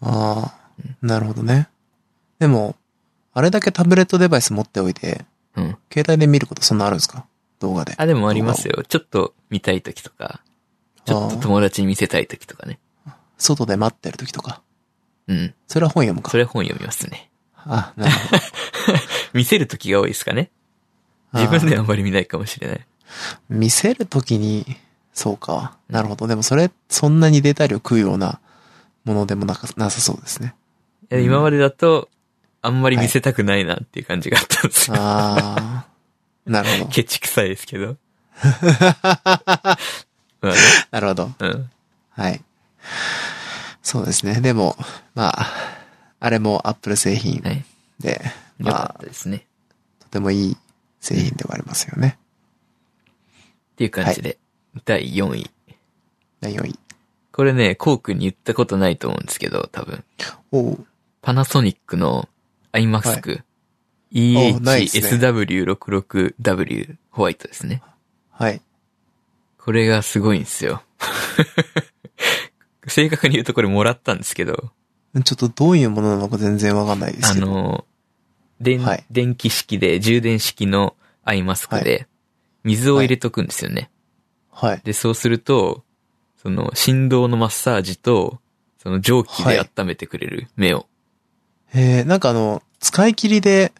[SPEAKER 1] ああ、なるほどね。でも、あれだけタブレットデバイス持っておいて、
[SPEAKER 2] うん。
[SPEAKER 1] 携帯で見ることそんなあるんですか動画で。
[SPEAKER 2] あ、でもありますよ。ちょっと見たい時とか、ちょっと
[SPEAKER 1] あー
[SPEAKER 2] 友達に見せたい時とかね。
[SPEAKER 1] 外で待ってる時とか。
[SPEAKER 2] うん。
[SPEAKER 1] それは本読む
[SPEAKER 2] そ
[SPEAKER 1] か。
[SPEAKER 2] れは本読みますね。
[SPEAKER 1] あ、なるほど。
[SPEAKER 2] 見せる時が多いですかね。 自分ではあんまり見ないかもしれない。
[SPEAKER 1] あー見せる時に、そうか。なるほど。でもそれ、そんなにデータ量食うようなものでもなかなさそうですね。
[SPEAKER 2] え今までだと、あんまり見せたくないなっていう感じがあったんですよ。
[SPEAKER 1] ああ、なるほど。
[SPEAKER 2] ケチくさいですけ ど。まあね
[SPEAKER 1] なるほど。
[SPEAKER 2] うん。
[SPEAKER 1] はい。そうですね。でも、まあ、あれも Apple 製品
[SPEAKER 2] はい。
[SPEAKER 1] で、
[SPEAKER 2] よ
[SPEAKER 1] ま
[SPEAKER 2] か
[SPEAKER 1] あ
[SPEAKER 2] っ、たですね。
[SPEAKER 1] とてもいい製品ではありますよね。
[SPEAKER 2] っていう感じで、第4位。
[SPEAKER 1] 第4位。
[SPEAKER 2] これね、コウ君に言ったことないと思うんですけど、多分。
[SPEAKER 1] おう
[SPEAKER 2] パナソニックの iMac、
[SPEAKER 1] おないっすね
[SPEAKER 2] EHSW66W ホワイトですね。
[SPEAKER 1] はい。
[SPEAKER 2] これがすごいんですよ。 正確に言うとこれもらったんですけど、
[SPEAKER 1] ちょっとどういうものなのか全然わかんないです
[SPEAKER 2] あ
[SPEAKER 1] けど。
[SPEAKER 2] の、電、
[SPEAKER 1] はい
[SPEAKER 2] 電気式で、充電式のアイマスクで、水を入れとくんですよね。
[SPEAKER 1] はい。
[SPEAKER 2] で、そうすると、その、振動のマッサージと、その蒸気で
[SPEAKER 1] はい
[SPEAKER 2] 温めてくれる、目を。
[SPEAKER 1] えー、なんかあの、使い切りで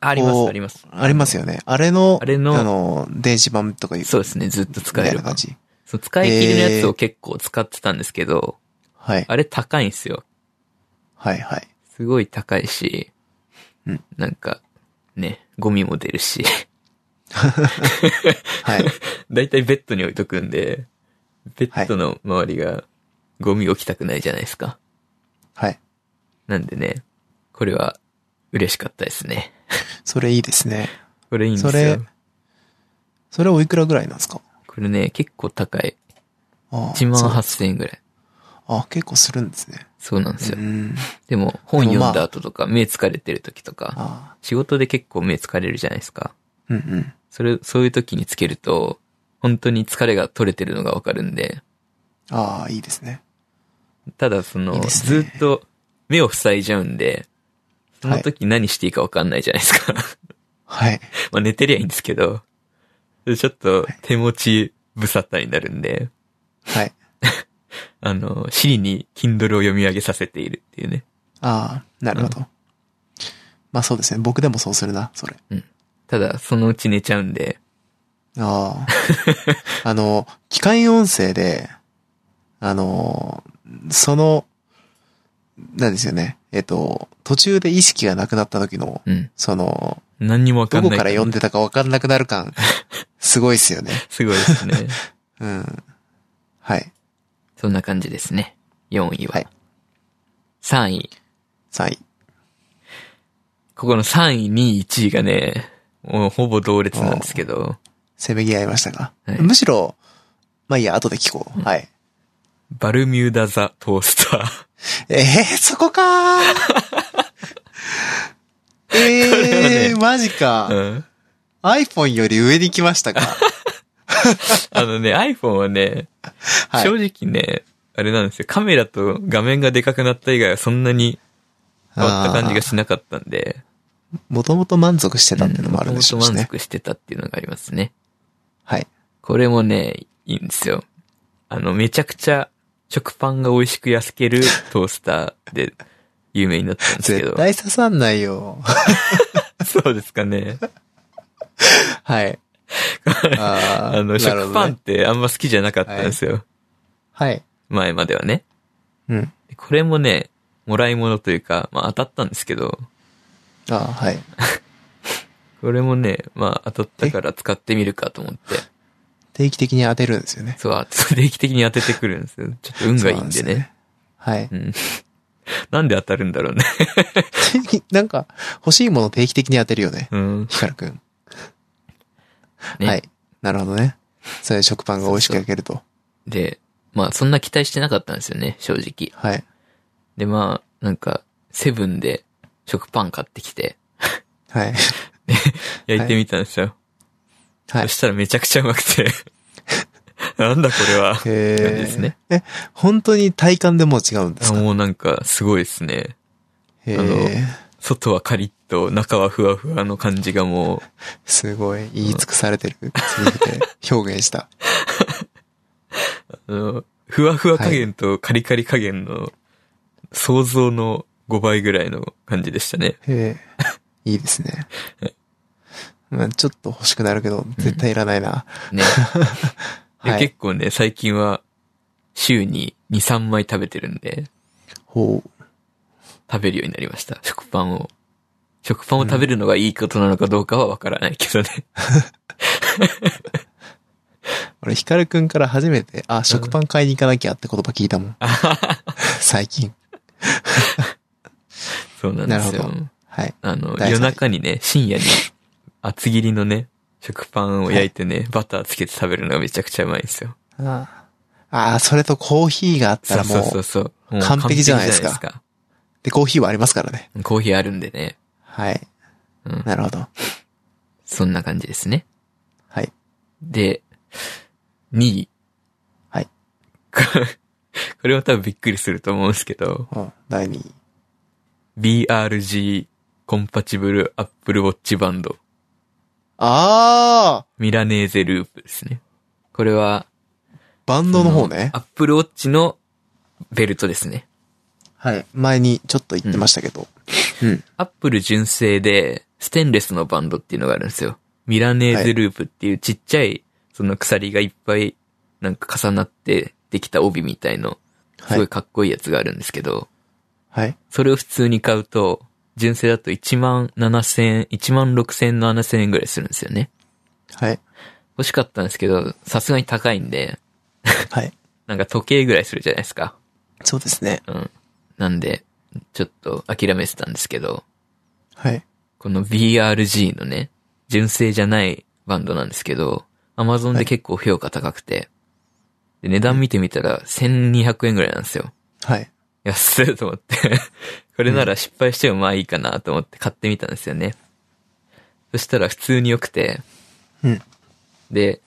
[SPEAKER 2] あありま
[SPEAKER 1] お
[SPEAKER 2] す、
[SPEAKER 1] ー
[SPEAKER 2] あります。
[SPEAKER 1] ありますよね。あれの、
[SPEAKER 2] あれの
[SPEAKER 1] の、電子版とかいう。
[SPEAKER 2] そうですね、ずっと使え
[SPEAKER 1] み
[SPEAKER 2] る
[SPEAKER 1] たいな感じ。
[SPEAKER 2] そう使い切りのやつを結構使ってたんですけど、
[SPEAKER 1] はい。
[SPEAKER 2] あれ高いんですよ。
[SPEAKER 1] はい、はい。
[SPEAKER 2] すごい高いし、
[SPEAKER 1] うん
[SPEAKER 2] なんか、ね、ゴミも出るし、
[SPEAKER 1] はい。
[SPEAKER 2] だいたいベッドに置いとくんで、ベッドの周りがゴミ置きたくないじゃないですか。
[SPEAKER 1] はい。
[SPEAKER 2] なんでね、これは嬉しかったですね。
[SPEAKER 1] それいいですね。
[SPEAKER 2] これいいんですよ。
[SPEAKER 1] それそれおいくらぐらいなんですか
[SPEAKER 2] これね、結構高い。
[SPEAKER 1] あー
[SPEAKER 2] 1万
[SPEAKER 1] そう
[SPEAKER 2] 8000円ぐらい。
[SPEAKER 1] あ、結構するんですね。
[SPEAKER 2] そうなんです
[SPEAKER 1] う
[SPEAKER 2] よ。
[SPEAKER 1] ん。
[SPEAKER 2] でも、本
[SPEAKER 1] でも
[SPEAKER 2] 読
[SPEAKER 1] まあ
[SPEAKER 2] んだ後とか、目疲れてる時とか、
[SPEAKER 1] あ
[SPEAKER 2] 仕事で結構目疲れるじゃないですか。
[SPEAKER 1] ーうんうん。
[SPEAKER 2] それ、そういう時につけると、本当に疲れが取れてるのがわかるんで、
[SPEAKER 1] ああ、いいですね。
[SPEAKER 2] ただその、
[SPEAKER 1] いいですね
[SPEAKER 2] ずっと目を塞いじゃうんで、その時何していいかわかんないじゃないですか。
[SPEAKER 1] はい。
[SPEAKER 2] まあ寝てりゃいいんですけど、ちょっと手持ちぶさったになるんで、
[SPEAKER 1] はい。
[SPEAKER 2] あの、シリに Kindle を読み上げさせているっていうね。
[SPEAKER 1] ああ、なるほど。まあそうですね。僕でもそうするな、それ。
[SPEAKER 2] ただ、そのうち寝ちゃうんで、
[SPEAKER 1] ああ。 あの、機械音声で、あの、その、なんですよね。えっと、途中で意識がなくなった時の、
[SPEAKER 2] うん。
[SPEAKER 1] その、
[SPEAKER 2] 何にもわか
[SPEAKER 1] ど
[SPEAKER 2] んな
[SPEAKER 1] こ
[SPEAKER 2] い。
[SPEAKER 1] から 読んでたかわかんなくなる 感、すごいっすよね。
[SPEAKER 2] すごいですね。
[SPEAKER 1] うん。はい。
[SPEAKER 2] そんな感じですね。4位は。
[SPEAKER 1] はい
[SPEAKER 2] 3位。
[SPEAKER 1] 3位。
[SPEAKER 2] ここの3位、2位、1位がね、もうほぼ同列なんですけど、
[SPEAKER 1] せめぎ合いましたか、
[SPEAKER 2] はい
[SPEAKER 1] むしろ、まあいいや、後で聞こう。はい。
[SPEAKER 2] バルミューダザトースター。
[SPEAKER 1] えー、そこかー えー、マジか、
[SPEAKER 2] うん。
[SPEAKER 1] iPhone より上に来ましたか
[SPEAKER 2] あのね、iPhone はね、
[SPEAKER 1] はい
[SPEAKER 2] 正直ね、あれなんですよ。カメラと画面がでかくなった以外はそんなに変わった感じがしなかったんで、
[SPEAKER 1] もともと満足してたってのもあるでしょうし
[SPEAKER 2] うん元々満
[SPEAKER 1] ね。
[SPEAKER 2] 足してたっていうのがありますね。
[SPEAKER 1] はい。
[SPEAKER 2] これもね、いいんですよ。あの、めちゃくちゃ食パンが美味しく焼けるトースターで有名になったんですけ
[SPEAKER 1] 絶
[SPEAKER 2] ど。
[SPEAKER 1] 対刺さんない よ。
[SPEAKER 2] そうですか ね。
[SPEAKER 1] はい。 あー
[SPEAKER 2] あ
[SPEAKER 1] な
[SPEAKER 2] の、
[SPEAKER 1] る
[SPEAKER 2] 食
[SPEAKER 1] ほど
[SPEAKER 2] パ
[SPEAKER 1] ね
[SPEAKER 2] ンってあんま好きじゃなかったんですよ。
[SPEAKER 1] はい。
[SPEAKER 2] 前まではね。
[SPEAKER 1] うん。
[SPEAKER 2] でこれもね、もらい物というか、まあ当たったんですけど、
[SPEAKER 1] あーはい。
[SPEAKER 2] これもね、まあ当たったから使ってみるかと思って。
[SPEAKER 1] 定期的に当てるんですよね。
[SPEAKER 2] そう、定期的に当ててくるんですよ。ちょっと運がいいんで
[SPEAKER 1] そうなんですよ
[SPEAKER 2] ね。
[SPEAKER 1] はい。
[SPEAKER 2] うん。なんで当たるんだろ うね。
[SPEAKER 1] 定期 なんか、欲しいもの定期的に当てるよね。
[SPEAKER 2] うん。
[SPEAKER 1] ヒカルくん。
[SPEAKER 2] ね
[SPEAKER 1] はい。なるほどね。それで食パンが美味しく焼けると。
[SPEAKER 2] で、まあそんな期待してなかったんですよね、正直。
[SPEAKER 1] はい。
[SPEAKER 2] で、まあ、なんか、セブンで食パン買ってきて、
[SPEAKER 1] はい。
[SPEAKER 2] 焼いてみたんですよ。
[SPEAKER 1] はい
[SPEAKER 2] そ。したらめちゃくちゃうまくて。 なんだこれは。
[SPEAKER 1] へー
[SPEAKER 2] 感じですね。
[SPEAKER 1] え、本当に体感でもう違うんです
[SPEAKER 2] あ
[SPEAKER 1] か
[SPEAKER 2] もうなんか、すごいですね。
[SPEAKER 1] へ
[SPEAKER 2] あの
[SPEAKER 1] え、
[SPEAKER 2] 外はカリッと、中はふわふわの感じがも
[SPEAKER 1] すごい、言い尽くされてるセリフ で表現した。
[SPEAKER 2] う、あの、ふわふわ加減とカリカリ加減の、想像の5倍ぐらいの感じでしたね。
[SPEAKER 1] へえ、 いいですね。まあちょっと欲しくなるけど、絶対いらないな。
[SPEAKER 2] ね。 で
[SPEAKER 1] はい。
[SPEAKER 2] 結構ね、最近は、週に2、3枚食べてるんで、
[SPEAKER 1] ほう。
[SPEAKER 2] 食べるようになりました。食パンを。食パンを食べるのがいいことなのかどうかはわからないけどね。
[SPEAKER 1] 俺、ヒカルくんから初めて、あ、食パン買いに行かなきゃって言葉聞いたもん。 最近。
[SPEAKER 2] そうなんです
[SPEAKER 1] な
[SPEAKER 2] よ
[SPEAKER 1] るほ。はい。
[SPEAKER 2] あの、
[SPEAKER 1] 第三位
[SPEAKER 2] 夜中にね、深夜に厚切りのね、食パンを焼いてね、バターつけて食べるのがめちゃくちゃうまいんですよ。
[SPEAKER 1] ああ、それとコーヒーがあった
[SPEAKER 2] そ
[SPEAKER 1] ら
[SPEAKER 2] うそ
[SPEAKER 1] も
[SPEAKER 2] うそう
[SPEAKER 1] う、
[SPEAKER 2] そう。もう
[SPEAKER 1] 完璧じゃないですか
[SPEAKER 2] 完璧じゃないで
[SPEAKER 1] で、コーヒーはありますからね。
[SPEAKER 2] すかコーヒーあるんでね。
[SPEAKER 1] はい。
[SPEAKER 2] うん。
[SPEAKER 1] なるほど。
[SPEAKER 2] そんな感じですね。
[SPEAKER 1] はい。
[SPEAKER 2] で、2位。
[SPEAKER 1] はい
[SPEAKER 2] これ。 これは多分びっくりすると思うんですけど、
[SPEAKER 1] うん第2位。
[SPEAKER 2] BRG コンパチブルアップルウォッチバンド。
[SPEAKER 1] ああ
[SPEAKER 2] ミラネーゼループですね。これは、
[SPEAKER 1] バンドの方ね
[SPEAKER 2] ア。ップルウォッチのベルトですね。
[SPEAKER 1] はい。前にちょっと言ってましたけど。うん。
[SPEAKER 2] アップル純正で、ステンレスのバンドっていうのがあるんですよ。ミラネーゼループっていうちっちゃい、その鎖がいっぱい、なんか重なってできた帯みたいの、す
[SPEAKER 1] は
[SPEAKER 2] ごい
[SPEAKER 1] い。
[SPEAKER 2] かっこいいやつがあるんですけど、
[SPEAKER 1] はい。
[SPEAKER 2] それを普通に買うと、純正だと1万7000円、1万6000円の7000円ぐらいするんですよね。
[SPEAKER 1] はい。
[SPEAKER 2] 欲しかったんですけど、さすがに高いんで、
[SPEAKER 1] はい。
[SPEAKER 2] なんか時計ぐらいするじゃないですか。
[SPEAKER 1] そうですね。
[SPEAKER 2] うん。なんで、ちょっと諦めてたんですけど、
[SPEAKER 1] はい。
[SPEAKER 2] この BRG のね、純正じゃないバンドなんですけど、Amazon で結構評価高くて、で値段見てみたら1200円ぐらいなんですよ。
[SPEAKER 1] はい。
[SPEAKER 2] 安いと思って。 これなら失敗してもまあいいかなと思って買ってみたんですよね。そしたら普通に良くて、
[SPEAKER 1] うん。
[SPEAKER 2] で、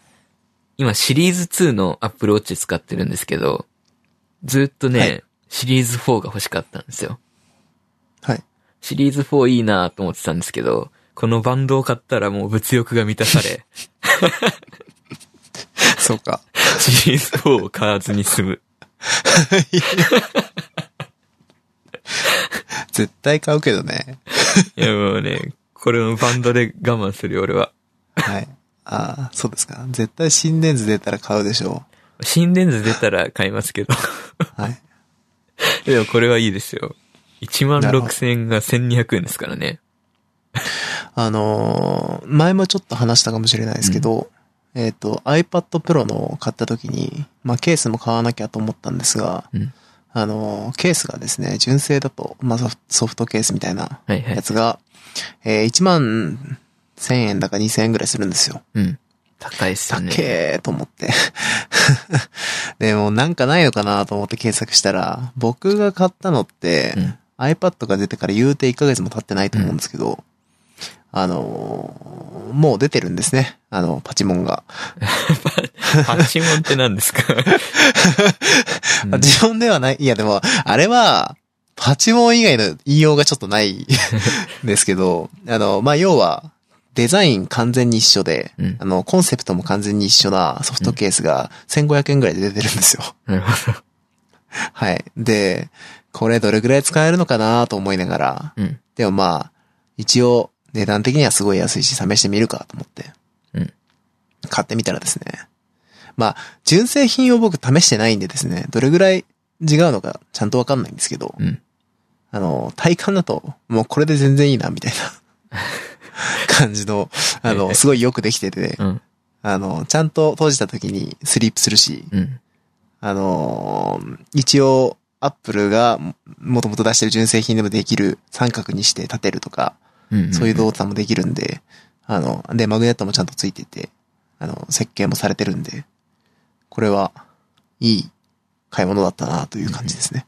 [SPEAKER 2] 今シリーズ2の Apple Watch 使ってるんですけど、ずっとね、
[SPEAKER 1] はい
[SPEAKER 2] シリーズ4が欲しかったんですよ。
[SPEAKER 1] はい。
[SPEAKER 2] シリーズ4いいなと思ってたんですけど、このバンドを買ったらもう物欲が満た され、
[SPEAKER 1] そうか。
[SPEAKER 2] シリーズ4を買わずに済む。
[SPEAKER 1] 絶対買うけどね。
[SPEAKER 2] いやもうね、これもバンドで我慢するよ、俺は。
[SPEAKER 1] はい。ああ、そうですか。絶対心電図出たら買うでしょ
[SPEAKER 2] 心電図出たら買いますけど。
[SPEAKER 1] う。はい。
[SPEAKER 2] でもこれはいいですよ。1万
[SPEAKER 1] なるほど
[SPEAKER 2] 6000円が1200円ですからね。
[SPEAKER 1] あのー前もちょっと話したかもしれないですけど、えっ、と、iPad Pro のを買った時に、まあケースも買わなきゃと思ったんですが、
[SPEAKER 2] うん
[SPEAKER 1] あのーケースがですね、純正だと、まあソフソフトケースみたいな
[SPEAKER 2] はいは
[SPEAKER 1] や
[SPEAKER 2] い。
[SPEAKER 1] つが、えー1万1000円だか2000円ぐらいするんですよ。
[SPEAKER 2] うん。高いっすよ
[SPEAKER 1] 高
[SPEAKER 2] ね。
[SPEAKER 1] えーと思って。 でもなんかないのかなと思って検索したら、僕が買ったのって、
[SPEAKER 2] うん
[SPEAKER 1] iPad が出てから言うて1ヶ月も経ってないと思うんですけど、あのーもう出てるんですね。あの、パチモンが。
[SPEAKER 2] パチモンって 何ですかうん
[SPEAKER 1] パチモンではない。いやでも、あれは、パチモン以外の言いようがちょっとない ですけど、あの、まあ、要は、デザイン完全に一緒で、
[SPEAKER 2] うん
[SPEAKER 1] あの、コンセプトも完全に一緒なソフトケースが1500円ぐらいで出てるんですよ。
[SPEAKER 2] なるほど。
[SPEAKER 1] はい。で、これどれぐらい使えるのかなと思いながら、
[SPEAKER 2] うん。
[SPEAKER 1] でもまあ、一応値段的にはすごい安いし、試してみるかと思って。
[SPEAKER 2] うん
[SPEAKER 1] 買ってみたらですね。まあ、純正品を僕試してないんでですね、どれぐらい違うのかちゃんとわかんないんですけど、
[SPEAKER 2] うん。
[SPEAKER 1] あの、体感だと、もうこれで全然いいな、みたいな 感じの、あ
[SPEAKER 2] はいは
[SPEAKER 1] の、
[SPEAKER 2] い
[SPEAKER 1] すごいよくできてて、
[SPEAKER 2] うん。
[SPEAKER 1] あの、ちゃんと閉じた時にスリープするし、
[SPEAKER 2] うん。
[SPEAKER 1] あのー一応、アップルがももともと出してる純正品でもできる三角にして立てるとか、
[SPEAKER 2] うん。
[SPEAKER 1] そういう動作もできるんで、あの、で、マグネットもちゃんとついてて、あの、設計もされてるんで、これは、いい買い物だったなという感じですね。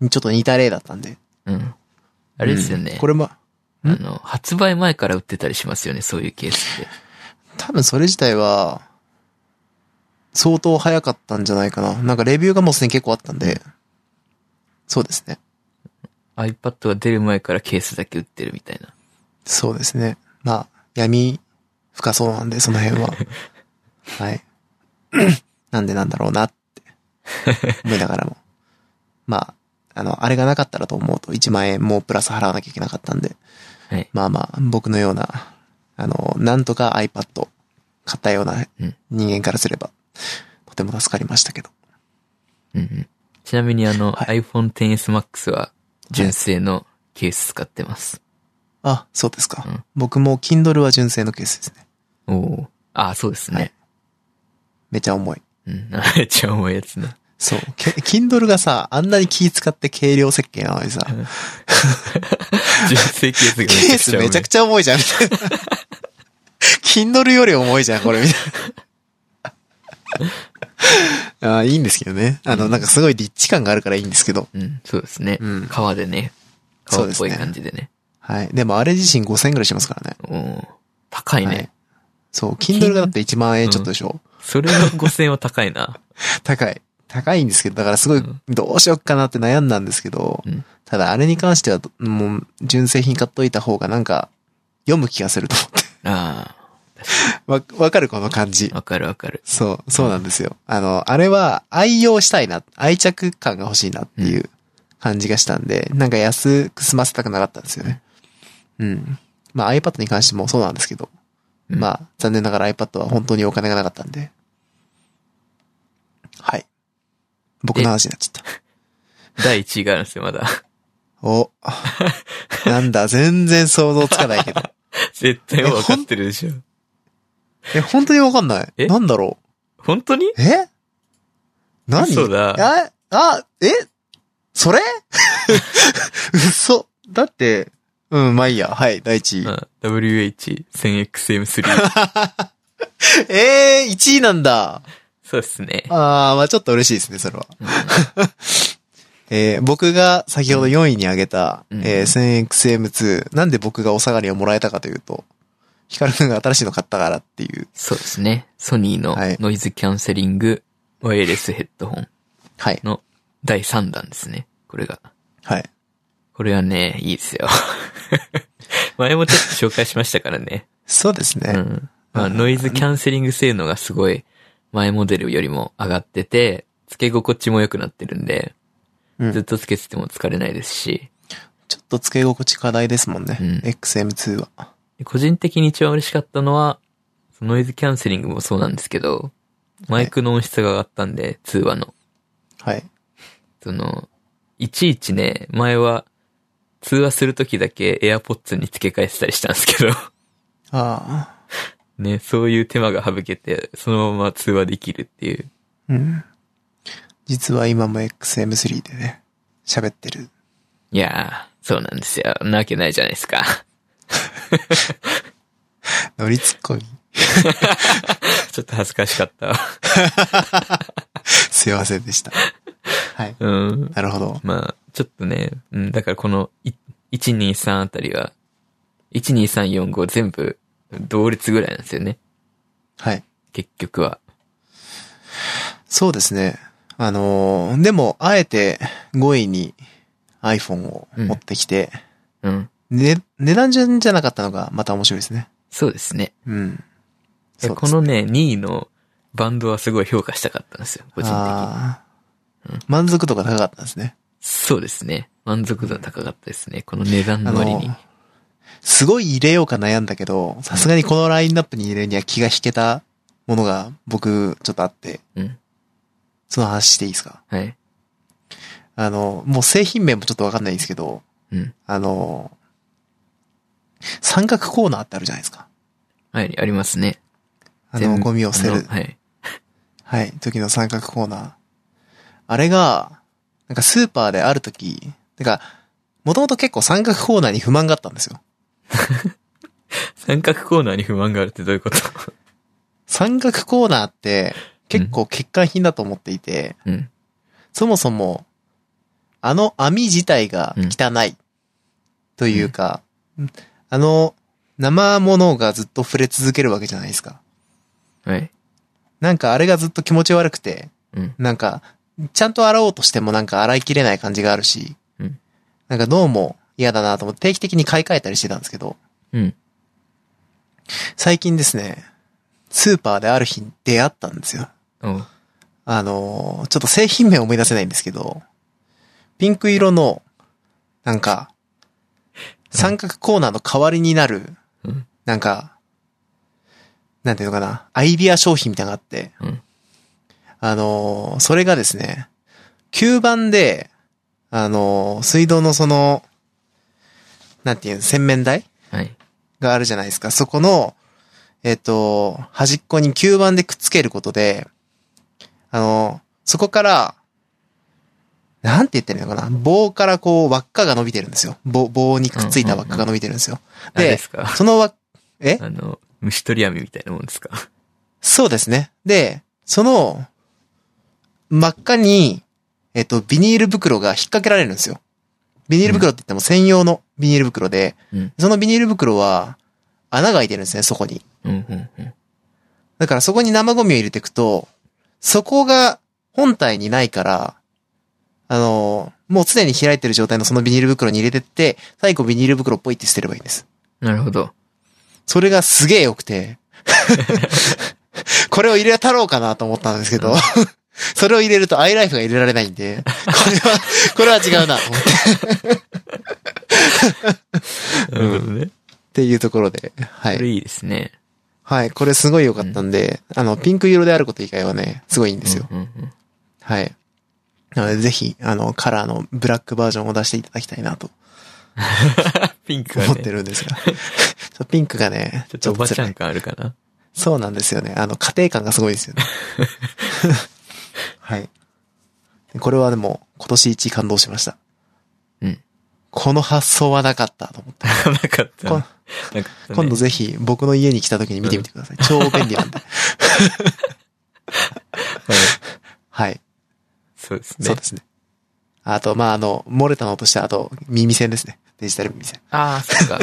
[SPEAKER 1] ちょっと似た例だったんで。
[SPEAKER 2] うん。あれですよ
[SPEAKER 1] う
[SPEAKER 2] ね
[SPEAKER 1] ん。これも、
[SPEAKER 2] あの、発売前から売ってたりしますよね、そういうケースって。
[SPEAKER 1] 多分それ自体は、相当早かったんじゃないかな。なんかレビューがもうすでに結構あったんで、そうですね。
[SPEAKER 2] iPad が出る前からケースだけ売ってるみたいな。
[SPEAKER 1] そうですね。まあ、闇深そうなんで、その辺 は。はい。 なんでなんだろうなって思いながらも。まあ、あの、あれがなかったらと思うと1万円もうプラス払わなきゃいけなかったんで、
[SPEAKER 2] はい。
[SPEAKER 1] まあまあ、僕のような、あの、なんとか iPad 買ったような
[SPEAKER 2] うん
[SPEAKER 1] 人間からすれば、とても助かりましたけど。
[SPEAKER 2] うんうん。ちなみにあの、
[SPEAKER 1] は
[SPEAKER 2] iPhone XS Max は純正のケース使ってます。
[SPEAKER 1] あ、そうです
[SPEAKER 2] う
[SPEAKER 1] か
[SPEAKER 2] ん。
[SPEAKER 1] 僕も Kindle は純正のケースですね。
[SPEAKER 2] おおー。ああ、そうですね。
[SPEAKER 1] めちゃ重い。
[SPEAKER 2] うん。 あれちゃ重いやつね。
[SPEAKER 1] そう。け Kindle がさ、あんなに気使って軽量設計なのにさ、
[SPEAKER 2] 純正ケースがめち
[SPEAKER 1] ケ
[SPEAKER 2] ゃ
[SPEAKER 1] ー
[SPEAKER 2] く
[SPEAKER 1] ス
[SPEAKER 2] ちゃ重い。
[SPEAKER 1] めちゃくちゃ重いじゃん、みたいな。Kindle より重いじゃん、これ、みたい な。ああ、いいんですけどね。あの、なんかすごい立地感があるからいいんですけど。
[SPEAKER 2] うん、そうですね。
[SPEAKER 1] うん
[SPEAKER 2] 革でね。
[SPEAKER 1] そう
[SPEAKER 2] 革
[SPEAKER 1] で
[SPEAKER 2] っ
[SPEAKER 1] す
[SPEAKER 2] ぽ
[SPEAKER 1] ね
[SPEAKER 2] い感じでね。
[SPEAKER 1] はい。でもあれ自身5000円ぐらいしますからね。
[SPEAKER 2] おおー。高いね。
[SPEAKER 1] はい。そう、Kindle がだって1万円ちょっとでしょ。
[SPEAKER 2] それの5000は高 いな。
[SPEAKER 1] 高い。高いんですけど、だからすごい
[SPEAKER 2] うん、
[SPEAKER 1] どうしよっかなって悩んだんですけど、
[SPEAKER 2] うん
[SPEAKER 1] ただあれに関しては、どもう、純正品買っといた方がなんか、読む気がすると
[SPEAKER 2] あ
[SPEAKER 1] 思って。わ、わかるこの感じ
[SPEAKER 2] あ、。わかるわかる。
[SPEAKER 1] そう、そうなんですよ。あの、あれは愛用したいな、愛着感が欲しいなっていう感じがしたんで、なんか安く済ませたくなかったんですよね。うん。まあ iPad に関してもそうなんですけど、
[SPEAKER 2] うん
[SPEAKER 1] まあ残念ながら iPad は本当にお金がなかったんで。はい。僕の話になっちゃっ
[SPEAKER 2] 第1位があるんですよ、まだ。
[SPEAKER 1] た。お。なんだ、全然想像つかないけ ど。
[SPEAKER 2] 絶対もう分かってるでしょ。
[SPEAKER 1] え、本当にわかんない。
[SPEAKER 2] え
[SPEAKER 1] なんだろ
[SPEAKER 2] 本当に
[SPEAKER 1] う。え何
[SPEAKER 2] そうだ。
[SPEAKER 1] あ、あ、えそれ 嘘。だって、うん、まあいいや。はい、第一位。
[SPEAKER 2] WH1000XM3。
[SPEAKER 1] ええー、1位なんだ。
[SPEAKER 2] そうですね。
[SPEAKER 1] あー、まあちょっと嬉しいですね、それは。えー、僕が先ほど4位に挙げた、
[SPEAKER 2] うん
[SPEAKER 1] えー、1000XM2。なんで僕がお下がりをもらえたかというと、ヒカルくんが新しいの買ったからっていう。
[SPEAKER 2] そうですね。ソニーの
[SPEAKER 1] はい
[SPEAKER 2] ノイズキャンセリングワイヤレスヘッドホン
[SPEAKER 1] はい。
[SPEAKER 2] の第3弾ですね。これが。
[SPEAKER 1] はい。
[SPEAKER 2] これはね、いいですよ。 前もちょっと紹介しましたからね。
[SPEAKER 1] そうです
[SPEAKER 2] う
[SPEAKER 1] ね。
[SPEAKER 2] ん。まあ、ノイズキャンセリング性能がすごい前モデルよりも上がってて、付け心地も良くなってるんで、
[SPEAKER 1] うん
[SPEAKER 2] ずっとつけてても疲れないですし、
[SPEAKER 1] ちょっと付け心地課題ですもんね。
[SPEAKER 2] うん
[SPEAKER 1] XM2 は。
[SPEAKER 2] 個人的に一番嬉しかったのは、そのノイズキャンセリングもそうなんですけど、マイクの音質が上がったんで、通話の。
[SPEAKER 1] はい。
[SPEAKER 2] その、いちいちね、前は、通話するときだけ AirPods に付け替えてたりしたんです けど、
[SPEAKER 1] ああ。
[SPEAKER 2] ね、そういう手間が省けて、そのまま通話できるっていう。
[SPEAKER 1] うん。実は今も XM3 でね、喋ってる。
[SPEAKER 2] いやー、そうなんですよ。なわけないじゃないですか。
[SPEAKER 1] 乗りツッコミ。
[SPEAKER 2] ちょっと恥ずかしかったわ。
[SPEAKER 1] すいませんで した。はい。
[SPEAKER 2] うん。
[SPEAKER 1] なるほど。
[SPEAKER 2] まあ、ちょっとね、うん、だからこの、い123あたりは、12345全部、同率ぐらいなんですよね。
[SPEAKER 1] はい。
[SPEAKER 2] 結局は。
[SPEAKER 1] そうですね。あのーでも、あえて5位に iPhone を持ってきて、
[SPEAKER 2] うん。
[SPEAKER 1] ね、値段順じゃなかったのがまた面白いですね。
[SPEAKER 2] そうですね。
[SPEAKER 1] うん。
[SPEAKER 2] いや
[SPEAKER 1] そうで
[SPEAKER 2] こ
[SPEAKER 1] す
[SPEAKER 2] のね、2位のバンドはすごい評価したかったんですよ、個人的に。
[SPEAKER 1] あー
[SPEAKER 2] うん
[SPEAKER 1] 満足度が高かったんですね。
[SPEAKER 2] そうですね。満足度高かったですね。この値段の割に
[SPEAKER 1] あの。すごい入れようか悩んだけど、さすがにこのラインナップに入れるには気が引けたものが僕ちょっとあって、
[SPEAKER 2] うん。
[SPEAKER 1] その話していいですか
[SPEAKER 2] はい。
[SPEAKER 1] あの、もう製品名もちょっとわかんないんですけど、
[SPEAKER 2] うん。
[SPEAKER 1] あの、三角コーナーってあるじゃないですか。
[SPEAKER 2] はい、ありますね。
[SPEAKER 1] あ
[SPEAKER 2] 全
[SPEAKER 1] の、
[SPEAKER 2] 部
[SPEAKER 1] ゴミを捨て
[SPEAKER 2] あ
[SPEAKER 1] る
[SPEAKER 2] の。はい。
[SPEAKER 1] はい、時の三角コーナー。あれが、なんかスーパーである時、てか、もともと結構三角コーナーに不満があったんですよ。
[SPEAKER 2] 三角コーナーに不満があるってどういうこと
[SPEAKER 1] 三角コーナーって結構欠陥品だと思っていて、
[SPEAKER 2] うん。
[SPEAKER 1] そもそも、あの網自体が汚い。というか、あの生物がずっと触れ続けるわけじゃないですか。
[SPEAKER 2] はい。
[SPEAKER 1] なんかあれがずっと気持ち悪くて、
[SPEAKER 2] うん。
[SPEAKER 1] なんか、ちゃんと洗おうとしてもなんか洗いきれない感じがあるし、
[SPEAKER 2] うん
[SPEAKER 1] なんかどうも嫌だなと思って定期的に買い替えたりしてたんですけど、
[SPEAKER 2] うん。
[SPEAKER 1] 最近ですね、スーパーである日出会ったんですよ。
[SPEAKER 2] おう
[SPEAKER 1] あのーちょっと製品名思い出せないんですけど、ピンク色の、なんか、三角コーナーの代わりになる
[SPEAKER 2] うん、
[SPEAKER 1] なんか、なんていうのかな、アイディア商品みたいなのがあって、
[SPEAKER 2] うん
[SPEAKER 1] あのーそれがですね、吸盤で、あのー水道のその、なんていうの、洗面台
[SPEAKER 2] はい。
[SPEAKER 1] があるじゃないですか。そこの、えっ、と、端っこに吸盤でくっつけることで、あの、そこから、なんて言ってるのかな棒からこう輪っかが伸びてるんですよ。棒、棒にくっついた輪っかが伸びてるんですよ。
[SPEAKER 2] あれで
[SPEAKER 1] です
[SPEAKER 2] か
[SPEAKER 1] その輪っ、え
[SPEAKER 2] あの、虫取り網みたいなもんですか
[SPEAKER 1] そうですね。で、その、真っ赤に、えっと、ビニール袋が引っ掛けられるんですよ。ビニール袋って言っても専用のビニール袋で、
[SPEAKER 2] うん
[SPEAKER 1] そのビニール袋は穴が開いてるんですね、そこに。
[SPEAKER 2] うん、うん、うん。
[SPEAKER 1] だからそこに生ゴミを入れていくと、そこが本体にないから、あの、もう常に開いてる状態のそのビニール袋に入れてって、最後ビニール袋をポイって捨てればいいんです。
[SPEAKER 2] なるほど。
[SPEAKER 1] それがすげえ良くて、 これを入れたろうかなと思ったんですけど、それを入れるとアイライフが入れられないんで、これ は、これは違うな、と思って。っ
[SPEAKER 2] なるほどね。
[SPEAKER 1] ていうところで、は
[SPEAKER 2] これ
[SPEAKER 1] い。
[SPEAKER 2] いいですね。
[SPEAKER 1] はい、これすごい良かったんで、あの、ピンク色であること以外はね、すごいいいんですよ。
[SPEAKER 2] うん、うん、
[SPEAKER 1] はい。なので、ぜひ、あの、カラーのブラックバージョンを出していただきたいなと
[SPEAKER 2] うん。ピンクが
[SPEAKER 1] 思って
[SPEAKER 2] ね、
[SPEAKER 1] るん ですが。そうピンクがね、
[SPEAKER 2] ちょっとおばちゃ
[SPEAKER 1] 辛
[SPEAKER 2] ん
[SPEAKER 1] い
[SPEAKER 2] 感あるかな。
[SPEAKER 1] そうなんですよね。あの、家庭感がすごいですよ ね。はい。これはでも、今年一感動しました。
[SPEAKER 2] うん。
[SPEAKER 1] この発想はなかったと思って。
[SPEAKER 2] なかった な。
[SPEAKER 1] こん
[SPEAKER 2] なかったね
[SPEAKER 1] 今度ぜひ、僕の家に来た時に見てみてください。超便利なんで。
[SPEAKER 2] はい
[SPEAKER 1] はい。
[SPEAKER 2] そうですね。
[SPEAKER 1] そうですね。あと、まあ、あの、漏れたのとして、あと、耳栓ですね。デジタル耳栓。
[SPEAKER 2] ああ、そっか。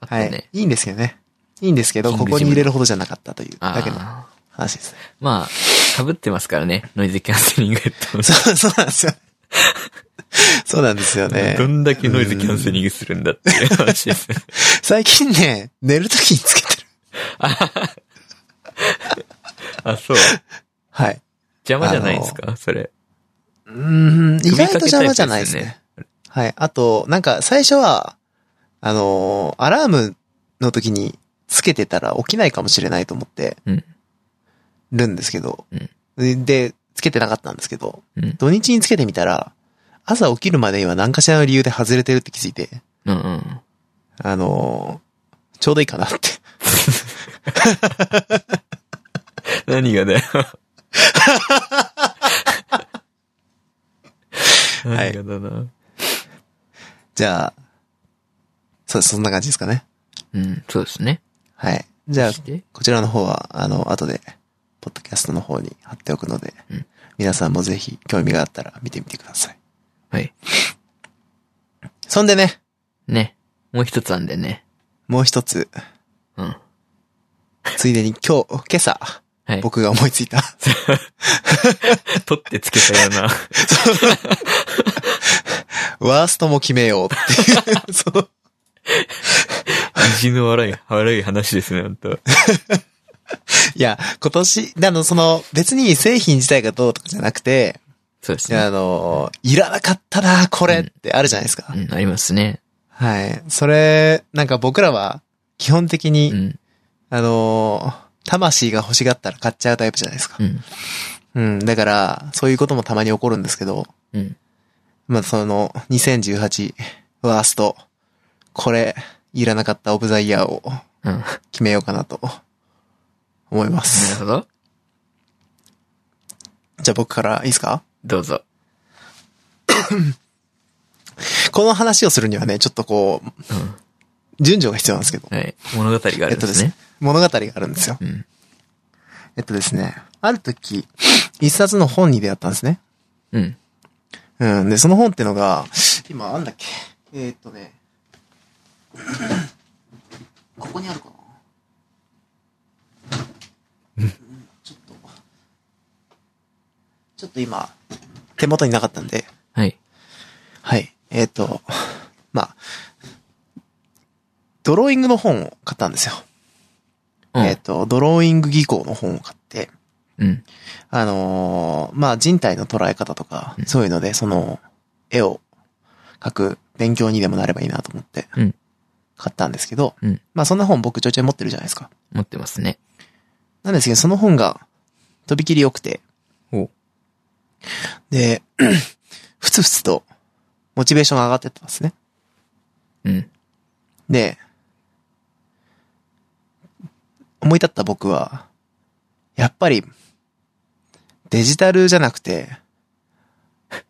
[SPEAKER 2] あっ た
[SPEAKER 1] は
[SPEAKER 2] ね。
[SPEAKER 1] い。いいんですけどね。いいんですけど、
[SPEAKER 2] イン
[SPEAKER 1] こ
[SPEAKER 2] ビ
[SPEAKER 1] こ
[SPEAKER 2] ジブル
[SPEAKER 1] に入れるほどじゃなかったというだけの
[SPEAKER 2] ああ。
[SPEAKER 1] 話ですね。
[SPEAKER 2] まあ、被ってますからね。ノイズキャンセリングヘッドも
[SPEAKER 1] そう、そうなんですよ。 そうなんですよね
[SPEAKER 2] ど。んだけノイズキャンセリングするんだっていう話 です。
[SPEAKER 1] 最近ね、寝るときにつけてる。
[SPEAKER 2] あ、そう。
[SPEAKER 1] はい。
[SPEAKER 2] 邪魔じゃないですかそれ。
[SPEAKER 1] うーん、意外と邪魔じゃないです
[SPEAKER 2] 首掛けタイプ
[SPEAKER 1] ね。はい。あと、なんか最初は、あのーアラームの時につけてたら起きないかもしれないと思って
[SPEAKER 2] うん、
[SPEAKER 1] るんですけど、で、つけてなかったんですけど、
[SPEAKER 2] うん
[SPEAKER 1] 土日につけてみたら、朝起きるまでには何かしらの理由で外れてるって気づいて、
[SPEAKER 2] うん うん。
[SPEAKER 1] あのーちょうどいいかなって。
[SPEAKER 2] 何がだ よ。
[SPEAKER 1] はい
[SPEAKER 2] 何がだな。
[SPEAKER 1] じゃあ、そう、そんな感じですかね。
[SPEAKER 2] うん、そうですね。
[SPEAKER 1] はい。じゃあ
[SPEAKER 2] そ、して
[SPEAKER 1] こちらの方は、あの、後で、ポッドキャストの方に貼っておくので、
[SPEAKER 2] うん
[SPEAKER 1] 皆さんもぜひ興味があったら見てみてください。
[SPEAKER 2] はい。
[SPEAKER 1] そんでね、
[SPEAKER 2] ね。もう一つあんでね。
[SPEAKER 1] もう一つ、
[SPEAKER 2] うん。
[SPEAKER 1] ついでに 今日、今朝、
[SPEAKER 2] はい。
[SPEAKER 1] 僕が思いついた。
[SPEAKER 2] 取ってつけたよ うな。
[SPEAKER 1] ワーストも決めようっていう。 そう
[SPEAKER 2] 意地の悪い、悪い話ですね、本当
[SPEAKER 1] いや、今年、あの、その、別に製品自体がどうとかじゃなくて、
[SPEAKER 2] そうです
[SPEAKER 1] いや
[SPEAKER 2] ね。
[SPEAKER 1] あの、いらなかったな、これってあるじゃないですか。
[SPEAKER 2] うん、ありますね。
[SPEAKER 1] はい。それ、なんか僕らは、基本的に、
[SPEAKER 2] うん。
[SPEAKER 1] あのー魂が欲しがったら買っちゃうタイプじゃないですか。
[SPEAKER 2] うん。
[SPEAKER 1] うん。だから、そういうこともたまに起こるんですけど、
[SPEAKER 2] うん。
[SPEAKER 1] まあ、その、2018ワースト、これ、いらなかったオブザイヤーを
[SPEAKER 2] うん。な
[SPEAKER 1] 決めようかなと、思います
[SPEAKER 2] る。ほど。
[SPEAKER 1] じゃあ僕からいいですか
[SPEAKER 2] どうぞ。
[SPEAKER 1] この話をするにはね、ちょっとこう、
[SPEAKER 2] う
[SPEAKER 1] 順序が必要なんですけど。
[SPEAKER 2] ん。はい。物語があ
[SPEAKER 1] え
[SPEAKER 2] る
[SPEAKER 1] っ
[SPEAKER 2] ん
[SPEAKER 1] と
[SPEAKER 2] で
[SPEAKER 1] ですすね
[SPEAKER 2] ね。、
[SPEAKER 1] 物語があるんですよ。
[SPEAKER 2] うん。
[SPEAKER 1] えっとですね、ある時、一冊の本に出会ったんですね。
[SPEAKER 2] うん。
[SPEAKER 1] うん。で、その本ってのが、今、あんだっけえーっと ね、ここにあるかなうんちょっと、ちょっと今、手元になかったんで、
[SPEAKER 2] はい。
[SPEAKER 1] はい。えーっと、まあ、ドローイングの本を買ったんですよ。
[SPEAKER 2] うん
[SPEAKER 1] えーっと、ドローイング技巧の本を買って、
[SPEAKER 2] うん。
[SPEAKER 1] あのーまあ、人体の捉え方とか、
[SPEAKER 2] うん
[SPEAKER 1] そういうので、その、絵を描く勉強にでもなればいいなと思って
[SPEAKER 2] うん、
[SPEAKER 1] 買ったんですけど、
[SPEAKER 2] うん
[SPEAKER 1] まあ、そんな本僕ちょいちょい持ってるじゃないですか。
[SPEAKER 2] 持ってますね。
[SPEAKER 1] なんですけど、その本が、とびきり良くて、
[SPEAKER 2] お
[SPEAKER 1] で、 ふつふつと、モチベーションが上がってってますね。
[SPEAKER 2] うん。
[SPEAKER 1] で、思い立った僕は、やっぱり、デジタルじゃなくて、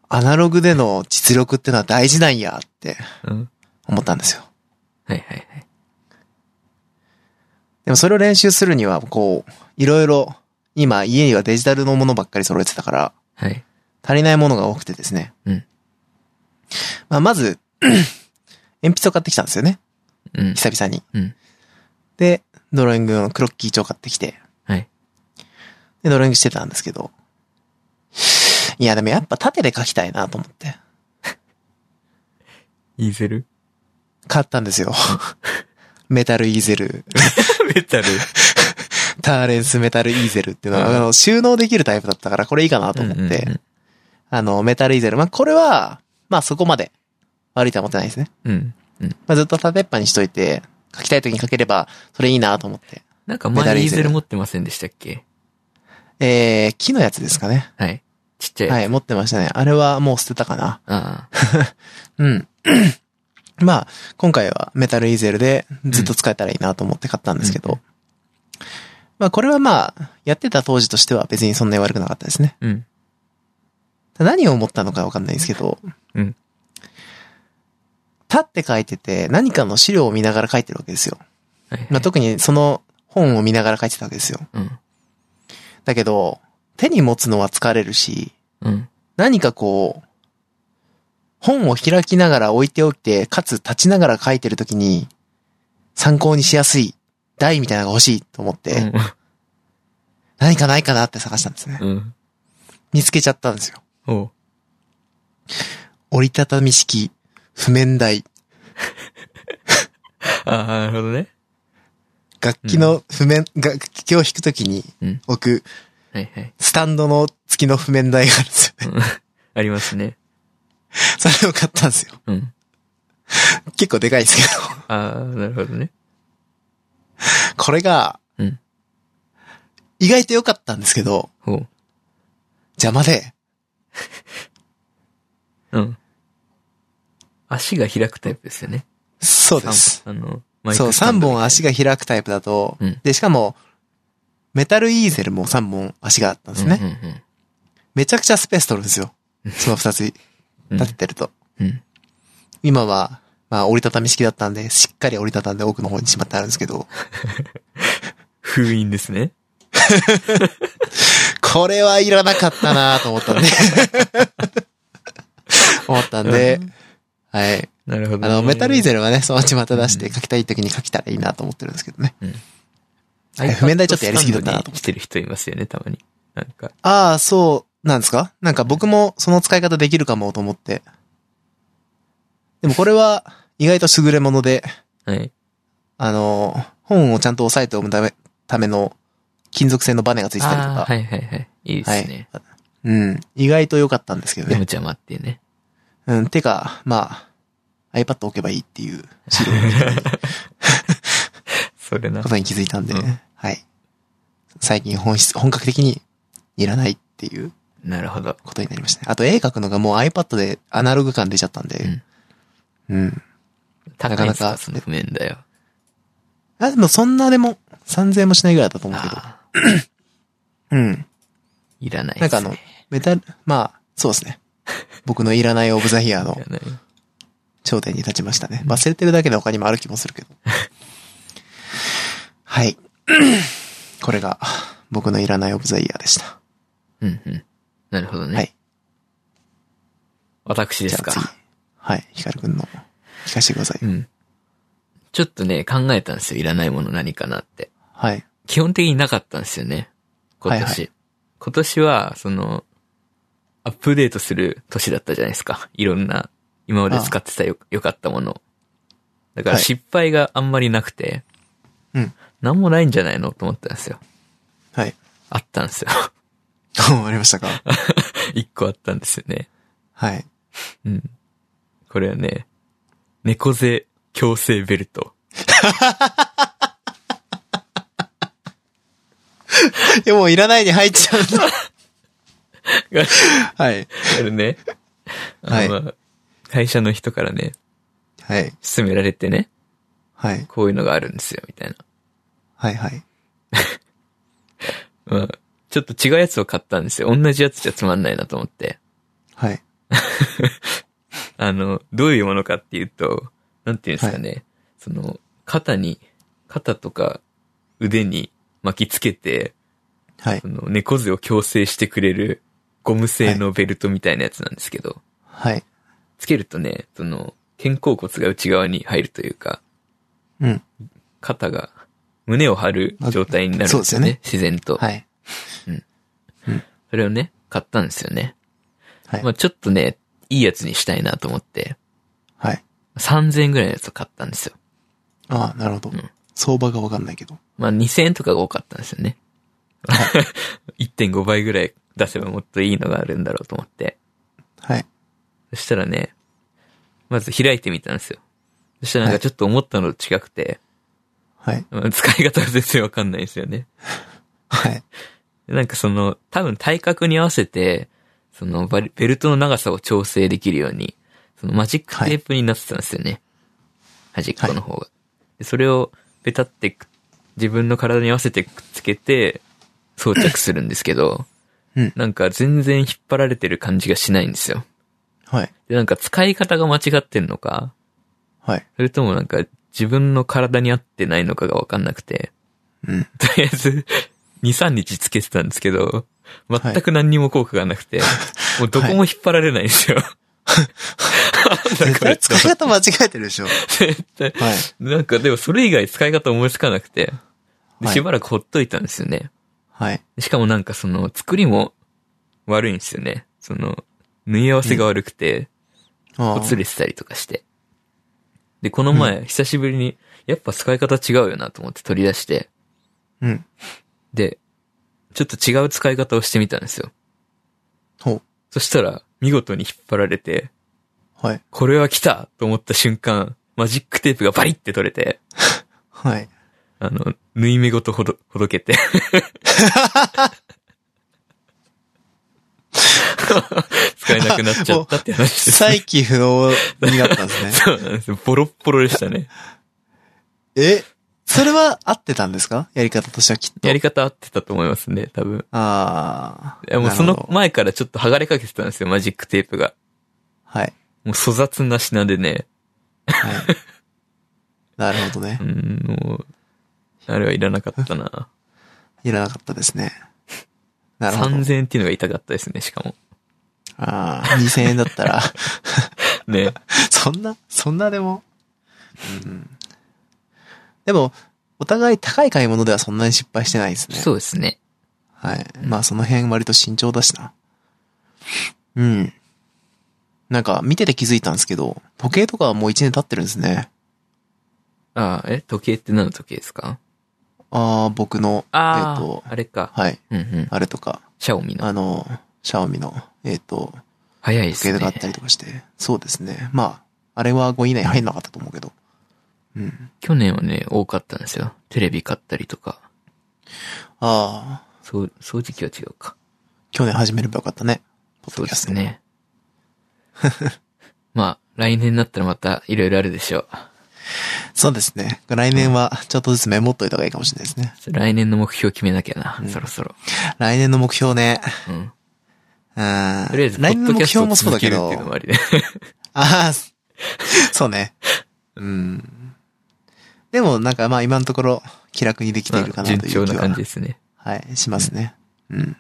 [SPEAKER 1] アナログでの実力ってのは大事なんやって
[SPEAKER 2] うん。
[SPEAKER 1] 思ったんですよ。
[SPEAKER 2] はいはいはい。
[SPEAKER 1] でもそれを練習するには、こう、いろいろ、今家にはデジタルのものばっかり揃えてたから、
[SPEAKER 2] はい。
[SPEAKER 1] 足りないものが多くてですね。
[SPEAKER 2] うん
[SPEAKER 1] まあ、まず、 鉛筆を買ってきたんですよね。
[SPEAKER 2] うん。
[SPEAKER 1] 久々に。
[SPEAKER 2] うん
[SPEAKER 1] で、ドローイング用のクロッキー帳買ってきて、
[SPEAKER 2] はい。
[SPEAKER 1] で、ドローイングしてたんですけど。いや、でもやっぱ縦で書きたいなと思って。
[SPEAKER 2] イーゼル
[SPEAKER 1] 買ったんですよ。 メタルイーゼル、
[SPEAKER 2] メタル。
[SPEAKER 1] ターレンスメタルイーゼルっていうの
[SPEAKER 2] うん
[SPEAKER 1] は、あの、収納できるタイプだったから、これいいかなと思って、
[SPEAKER 2] うんうん
[SPEAKER 1] あの、メタルイーゼル。まあ、これは、まあ、そこまで悪いとは思ってないですね。
[SPEAKER 2] うん。うん。
[SPEAKER 1] まあ、ずっと縦っ端にしといて、書きたい時に書ければ、それいいなと思って。
[SPEAKER 2] なんか
[SPEAKER 1] メタル
[SPEAKER 2] 前
[SPEAKER 1] イ
[SPEAKER 2] イ
[SPEAKER 1] ー
[SPEAKER 2] ー
[SPEAKER 1] ゼル
[SPEAKER 2] ゼル持ってませんでしたっけ
[SPEAKER 1] えー、木のやつですかね。
[SPEAKER 2] はい。ちっちゃい。
[SPEAKER 1] はい、持ってましたね。あれはもう捨てたかな。
[SPEAKER 2] ああ。
[SPEAKER 1] うん。 まあ、今回はメタルイーゼルでずっと使えたらいいなと思って買ったんですけど、
[SPEAKER 2] うん
[SPEAKER 1] まあこれはまあ、やってた当時としては別にそんなに悪くなかったですね。
[SPEAKER 2] うん。
[SPEAKER 1] ただ何を思ったのかわかんないんですけど、
[SPEAKER 2] うん
[SPEAKER 1] 立って書いてて何かの資料を見ながら書いてるわけですよ。
[SPEAKER 2] はいはい。
[SPEAKER 1] まあ特にその本を見ながら書いてたわけですよ。
[SPEAKER 2] うん。
[SPEAKER 1] だけど、手に持つのは疲れるし、
[SPEAKER 2] うん。
[SPEAKER 1] 何かこう、本を開きながら置いておいて、かつ立ちながら書いてるときに、参考にしやすい台みたいなのが欲しいと思って、何かないかなって探したんですね。
[SPEAKER 2] うん。うん。
[SPEAKER 1] 見つけちゃったんですよ。
[SPEAKER 2] おう
[SPEAKER 1] 折りたたみ式、譜面台、
[SPEAKER 2] ああ、なるほどね。
[SPEAKER 1] 楽器の譜面、楽器を弾くときに
[SPEAKER 2] うん
[SPEAKER 1] 置く、
[SPEAKER 2] はいはい。
[SPEAKER 1] スタンドの付きの譜面台があるんですよね。
[SPEAKER 2] ありますね。
[SPEAKER 1] それを買ったんですよ。
[SPEAKER 2] うん。
[SPEAKER 1] 結構でかいですけど。
[SPEAKER 2] ああ、なるほどね。
[SPEAKER 1] これが、
[SPEAKER 2] うん
[SPEAKER 1] 意外と良かったんですけど、
[SPEAKER 2] ほう。
[SPEAKER 1] 邪魔で、
[SPEAKER 2] うん。足が開くタイプですよね。
[SPEAKER 1] そうです。
[SPEAKER 2] あの、マイク
[SPEAKER 1] そう、
[SPEAKER 2] スタン
[SPEAKER 1] 3
[SPEAKER 2] ド
[SPEAKER 1] 本足が開くタイプだと、
[SPEAKER 2] うん
[SPEAKER 1] で、しかも、メタルイーゼルも3本足があったんですね。
[SPEAKER 2] うんうん
[SPEAKER 1] めちゃくちゃスペース取るんですよ。その2つ
[SPEAKER 2] うん
[SPEAKER 1] 立ててると。
[SPEAKER 2] うん。
[SPEAKER 1] 今は、まあ折りたたみ式だったんで、しっかり折りたたんで奥の方にしまってあるんですけど、
[SPEAKER 2] 封印ですね。
[SPEAKER 1] これはいらなかったなと思ったん で。思ったんで、はい。
[SPEAKER 2] なるほど、
[SPEAKER 1] あ
[SPEAKER 2] ね。
[SPEAKER 1] の、メタルイー
[SPEAKER 2] ゼ
[SPEAKER 1] ゼルはね、そのうちまた出して書きたい時に書きたらいいなと思ってるんですけどね。
[SPEAKER 2] ル
[SPEAKER 1] 譜面台ちょっとやりすぎだったなと思って
[SPEAKER 2] してる人いますよね、たまに。なんか。
[SPEAKER 1] ああ、そうなんですかなんか僕もその使い方できるかもと思って。でもこれは意外と優れもので、
[SPEAKER 2] はい。
[SPEAKER 1] あの、本をちゃんと押さえておくためための金属製のバネがついてたりと
[SPEAKER 2] あ
[SPEAKER 1] か
[SPEAKER 2] あ、。はいはいはい。いいですね。
[SPEAKER 1] うん。意外と良かったんですけど
[SPEAKER 2] で
[SPEAKER 1] ね。
[SPEAKER 2] も邪魔っていうね。
[SPEAKER 1] うん。てか、まあ、iPad 置けばいいっていう白い
[SPEAKER 2] それな
[SPEAKER 1] こ。とに気づいたんで、
[SPEAKER 2] うん
[SPEAKER 1] はい。最近本質、本格的にいらないっていう
[SPEAKER 2] なるほど。
[SPEAKER 1] ことになりましたね。あと絵描くのがもう iPad でアナログ感出ちゃったんで、うん。
[SPEAKER 2] 高
[SPEAKER 1] ない
[SPEAKER 2] か
[SPEAKER 1] かな
[SPEAKER 2] なか
[SPEAKER 1] か
[SPEAKER 2] その譜面台は。
[SPEAKER 1] あ、でもそんなでも3000円もしないぐらいだったと思うけど、
[SPEAKER 2] ああ、
[SPEAKER 1] うん。
[SPEAKER 2] いらない
[SPEAKER 1] な
[SPEAKER 2] で
[SPEAKER 1] んかあ
[SPEAKER 2] すね。
[SPEAKER 1] の、メタル、まあ、そうですね。 僕のいらないオブザイヤーの
[SPEAKER 2] いらない。
[SPEAKER 1] 頂点に立ちましたね。忘れてるだけの他にもある気もす るけど。はい。 これが僕のいらないオブザイヤーでした。
[SPEAKER 2] うんうん。なるほどね。
[SPEAKER 1] はい。
[SPEAKER 2] 私で
[SPEAKER 1] じゃ
[SPEAKER 2] す
[SPEAKER 1] あ
[SPEAKER 2] か
[SPEAKER 1] 次。。はい。ヒカルくんの聞かせてください。
[SPEAKER 2] うん。ちょっとね、考えたんですよ。いらないもの何かなって。
[SPEAKER 1] はい。
[SPEAKER 2] 基本的になかったんですよね。今年。
[SPEAKER 1] はいは
[SPEAKER 2] 今年は、その、アップデートする年だったじゃないですか。いろんな、今まで使ってたよ、良かったもの。だから
[SPEAKER 1] はい
[SPEAKER 2] 失敗があんまりなくて、
[SPEAKER 1] うん。
[SPEAKER 2] なんもないんじゃないのと思ったんですよ。
[SPEAKER 1] はい。
[SPEAKER 2] あったんですよ。
[SPEAKER 1] どうありましたか
[SPEAKER 2] 一個あったんですよね。
[SPEAKER 1] はい。
[SPEAKER 2] うん。これはね、猫背矯正ベルト。
[SPEAKER 1] いや、もういらないに入っちゃうんだ。 はい。
[SPEAKER 2] あれね。
[SPEAKER 1] はい
[SPEAKER 2] あのまあ会社の人からね、
[SPEAKER 1] はい。
[SPEAKER 2] 勧められてね、
[SPEAKER 1] はい。
[SPEAKER 2] こういうのがあるんですよ、みたいな。
[SPEAKER 1] はい。はい。
[SPEAKER 2] まあ、ちょっと違うやつを買ったんですよ。同じやつじゃつまんないなと思って。
[SPEAKER 1] はい。
[SPEAKER 2] あの、どういうものかっていうと、なんていうんですかね。その、肩に、肩とか腕に巻きつけて、
[SPEAKER 1] はい
[SPEAKER 2] そ。の猫背を矯正してくれるゴム製のベルトみたいなやつなんですけど、
[SPEAKER 1] はい。
[SPEAKER 2] つけるとね、その、肩甲骨が内側に入るというか、
[SPEAKER 1] うん。
[SPEAKER 2] 肩が、胸を張る状態になるんですよね。自然と。
[SPEAKER 1] はい。
[SPEAKER 2] それをね、買ったんですよね。
[SPEAKER 1] はい
[SPEAKER 2] まあ。ちょっとね、いいやつにしたいなと思って、
[SPEAKER 1] はい。
[SPEAKER 2] 3000円ぐらいのやつを買ったんですよ。
[SPEAKER 1] ああ、なるほど
[SPEAKER 2] ん。
[SPEAKER 1] 相場がわかんないけど。
[SPEAKER 2] まあ2000円とかが多かったんですよね。1.5倍ぐらい出せばもっといいのがあるんだろうと思って。
[SPEAKER 1] はい。
[SPEAKER 2] そしたらね、まず開いてみたんですよ。そしたらなんかちょっと思ったのと違くて、
[SPEAKER 1] はい。
[SPEAKER 2] まあ使い方が全然わかんないんですよね。
[SPEAKER 1] はい。
[SPEAKER 2] でなんかその、多分体格に合わせて、そのバリベルトの長さを調整できるように、そのマジックテープになってたんですよね。端っこの方が。でそれをペタってく自分の体に合わせてくっつけて装着するんですけど、
[SPEAKER 1] うん
[SPEAKER 2] なんか全然引っ張られてる感じがしないんですよ。
[SPEAKER 1] はい。
[SPEAKER 2] で、なんか使い方が間違ってんのか、
[SPEAKER 1] はい。
[SPEAKER 2] それともなんか自分の体に合ってないのかがわかんなくて、
[SPEAKER 1] うん。
[SPEAKER 2] とりあえず、2、3日つけてたんですけど、全く何にも効果がなくて、もうどこも引っ張られないんですよ。 なんだ
[SPEAKER 1] 絶
[SPEAKER 2] これ
[SPEAKER 1] 対使い方間違えてるでしょ。は
[SPEAKER 2] 絶対
[SPEAKER 1] い。
[SPEAKER 2] なんかでもそれ以外使い方思いつかなくて、で
[SPEAKER 1] はい
[SPEAKER 2] しばらくほっといたんですよね。
[SPEAKER 1] はい。
[SPEAKER 2] しかもなんかその作りも悪いんですよね。その、縫い合わせが悪くて、
[SPEAKER 1] あ
[SPEAKER 2] ほ
[SPEAKER 1] あ
[SPEAKER 2] つれてたりとかして。で、この前、久しぶりに、やっぱ使い方違うよなと思って取り出して、
[SPEAKER 1] うん。
[SPEAKER 2] で、ちょっと違う使い方をしてみたんですよ。
[SPEAKER 1] ほう。
[SPEAKER 2] そしたら、見事に引っ張られて、
[SPEAKER 1] はい。
[SPEAKER 2] これは来たと思った瞬間、マジックテープがバリって取れて、
[SPEAKER 1] はい。
[SPEAKER 2] あの、縫い目ごとほど、ほどけ て。使えなくなっちゃったって話 です。。
[SPEAKER 1] 再起不能になったんですね
[SPEAKER 2] そうなんですよ。ボロッボロでしたね。
[SPEAKER 1] えそれは合ってたんですかやり方としてはきっと。
[SPEAKER 2] やり方合ってたと思いますね、多分。
[SPEAKER 1] ああ。
[SPEAKER 2] いやもう
[SPEAKER 1] なる
[SPEAKER 2] そ
[SPEAKER 1] ほど
[SPEAKER 2] の前からちょっと剥がれかけてたんですよ、マジックテープが。
[SPEAKER 1] はい。
[SPEAKER 2] もう粗雑な品でね。
[SPEAKER 1] はい。なるほどね
[SPEAKER 2] う。ん、もう、あれはいらなかったな。
[SPEAKER 1] いらなかったです ね。 なるほど。
[SPEAKER 2] 3000円っていうのが痛かったですね、しかも。
[SPEAKER 1] ああ、2000円だったら、
[SPEAKER 2] ね。
[SPEAKER 1] そんな、そんなでも。うん、でも、お互い高い買い物ではそんなに失敗してないですね。
[SPEAKER 2] そうですね。
[SPEAKER 1] はい。まあその辺割と慎重だしな。うん。なんか見てて気づいたんですけど、時計とかはもう1年経ってるんですね。
[SPEAKER 2] ああ、え、時計って何の時計ですか
[SPEAKER 1] ああ、僕の、
[SPEAKER 2] ああ、
[SPEAKER 1] えっと
[SPEAKER 2] あれか。
[SPEAKER 1] はい。
[SPEAKER 2] うんうん。
[SPEAKER 1] あれとか、
[SPEAKER 2] シャオミの。
[SPEAKER 1] あの、シャオミの、えっ、と、
[SPEAKER 2] 早いで
[SPEAKER 1] 時
[SPEAKER 2] す
[SPEAKER 1] 計
[SPEAKER 2] ね。
[SPEAKER 1] とかあったりとかして、そうですね。まあ、あれは5以内入んなかったと思うけど。うん。
[SPEAKER 2] 去年はね、多かったんですよ。テレビ買ったりとか。
[SPEAKER 1] ああ、
[SPEAKER 2] そう、掃除機は違うか。
[SPEAKER 1] 去年始めればよかったね。ポッ
[SPEAKER 2] そ
[SPEAKER 1] ド
[SPEAKER 2] うで
[SPEAKER 1] キャス
[SPEAKER 2] す
[SPEAKER 1] ト。
[SPEAKER 2] ね。 まあ、来年になったらまたいろいろあるでしょう。
[SPEAKER 1] そうですね。来年はちょっとずつメモっといた方がいいかもしれないですね。
[SPEAKER 2] 来年の目標決めなきゃな、
[SPEAKER 1] うん
[SPEAKER 2] そろそろ。
[SPEAKER 1] 来年の目標ね。
[SPEAKER 2] うん。
[SPEAKER 1] うん。
[SPEAKER 2] とりあえず、ポ
[SPEAKER 1] 来年の
[SPEAKER 2] ッドキ
[SPEAKER 1] 目
[SPEAKER 2] ャスト
[SPEAKER 1] 標
[SPEAKER 2] を
[SPEAKER 1] もそう
[SPEAKER 2] 続
[SPEAKER 1] だけ
[SPEAKER 2] けるっ
[SPEAKER 1] ど
[SPEAKER 2] ていうの。もありね。
[SPEAKER 1] ああ、すそうね。うん。でもなんかまあ今のところ気楽にできているか
[SPEAKER 2] まあ
[SPEAKER 1] なとい
[SPEAKER 2] 順
[SPEAKER 1] う気は
[SPEAKER 2] 調、な感じですね。
[SPEAKER 1] はい、しますね。うん。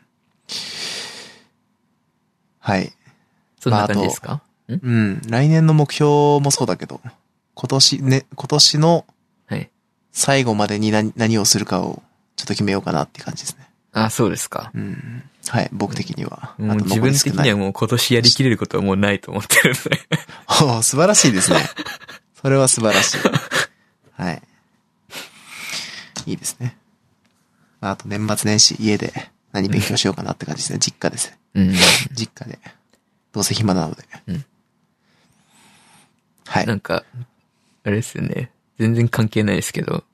[SPEAKER 1] はい。
[SPEAKER 2] そんな感じですか、
[SPEAKER 1] うん。来年の目標もそうだけど、今年ね、今年の
[SPEAKER 2] はい。
[SPEAKER 1] 最後までに何何をするかをちょっと決めようかなって感じですね。
[SPEAKER 2] あ、そうですか。
[SPEAKER 1] うん。はい、僕的には。
[SPEAKER 2] もう
[SPEAKER 1] あと
[SPEAKER 2] 自
[SPEAKER 1] 残
[SPEAKER 2] 分
[SPEAKER 1] り少
[SPEAKER 2] 的
[SPEAKER 1] ない
[SPEAKER 2] にはもう今年やりきれることはもうないと 思ってるんで。
[SPEAKER 1] おー素晴らしいですね。それは素晴らしい。はい。いいですね。まあ、あと年末年始、家で何勉強しようかなって感じですね。実家です。
[SPEAKER 2] うん。
[SPEAKER 1] 実家で。どうせ暇なので。
[SPEAKER 2] うん
[SPEAKER 1] はい
[SPEAKER 2] な。んか、あれですよね。全然関係ないですけど、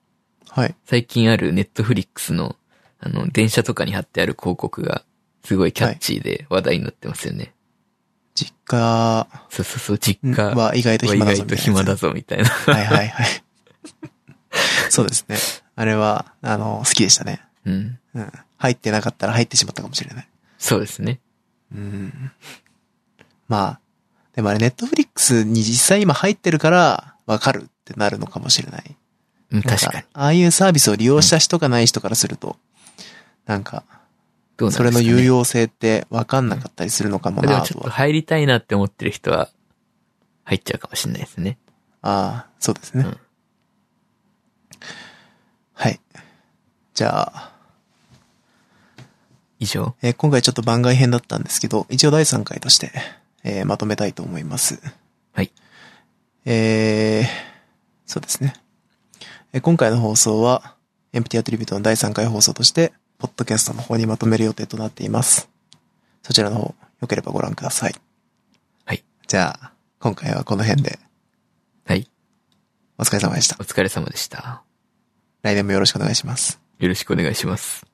[SPEAKER 1] はい。
[SPEAKER 2] 最近あるネットフリックスの、あの、電車とかに貼ってある広告が、すごいキャッチーで話題になってますよね。
[SPEAKER 1] 実家
[SPEAKER 2] そうそうそう、実家は
[SPEAKER 1] は意外と
[SPEAKER 2] 意
[SPEAKER 1] 暇だぞみたい
[SPEAKER 2] 外と
[SPEAKER 1] な
[SPEAKER 2] 暇
[SPEAKER 1] やつ
[SPEAKER 2] だぞみたいな。
[SPEAKER 1] はいはいはい。 そうですね。あれは、あの、好きでしたね。
[SPEAKER 2] うん。
[SPEAKER 1] うん。入ってなかったら入ってしまったかもしれない。
[SPEAKER 2] そうですね。
[SPEAKER 1] うん。まあ、でもあれ、ネットフリックスに実際今入ってるから、わかるってなるのかもしれない。
[SPEAKER 2] うん、確か
[SPEAKER 1] なん
[SPEAKER 2] に。
[SPEAKER 1] ああいうサービスを利用した人がない人からすると、なんか、
[SPEAKER 2] どうなんです
[SPEAKER 1] そ
[SPEAKER 2] か、ね、
[SPEAKER 1] れの有用性ってわかんなかったりするのかも
[SPEAKER 2] でも
[SPEAKER 1] な
[SPEAKER 2] ち
[SPEAKER 1] と
[SPEAKER 2] ょっと
[SPEAKER 1] は。
[SPEAKER 2] 入りたいなって思ってる人は、入っちゃうかもしれないですね。
[SPEAKER 1] ああ、そうですね。
[SPEAKER 2] うん
[SPEAKER 1] はい。じゃあ、
[SPEAKER 2] 以上。
[SPEAKER 1] えー今回ちょっと番外編だったんですけど、一応第3回として、えーまとめたいと思います。
[SPEAKER 2] はい。
[SPEAKER 1] えー、そうですね。えー今回の放送は、エンプティアトリビュートの第3回放送として、ポッドキャストの方にまとめる予定となっています。そちらの方、よければご覧ください。
[SPEAKER 2] はい。
[SPEAKER 1] じゃあ、今回はこの辺で、
[SPEAKER 2] はい。
[SPEAKER 1] お疲れ様でした
[SPEAKER 2] お。疲れ様でした。
[SPEAKER 1] 来年もよろしくお願いします。
[SPEAKER 2] よろしくお願いします。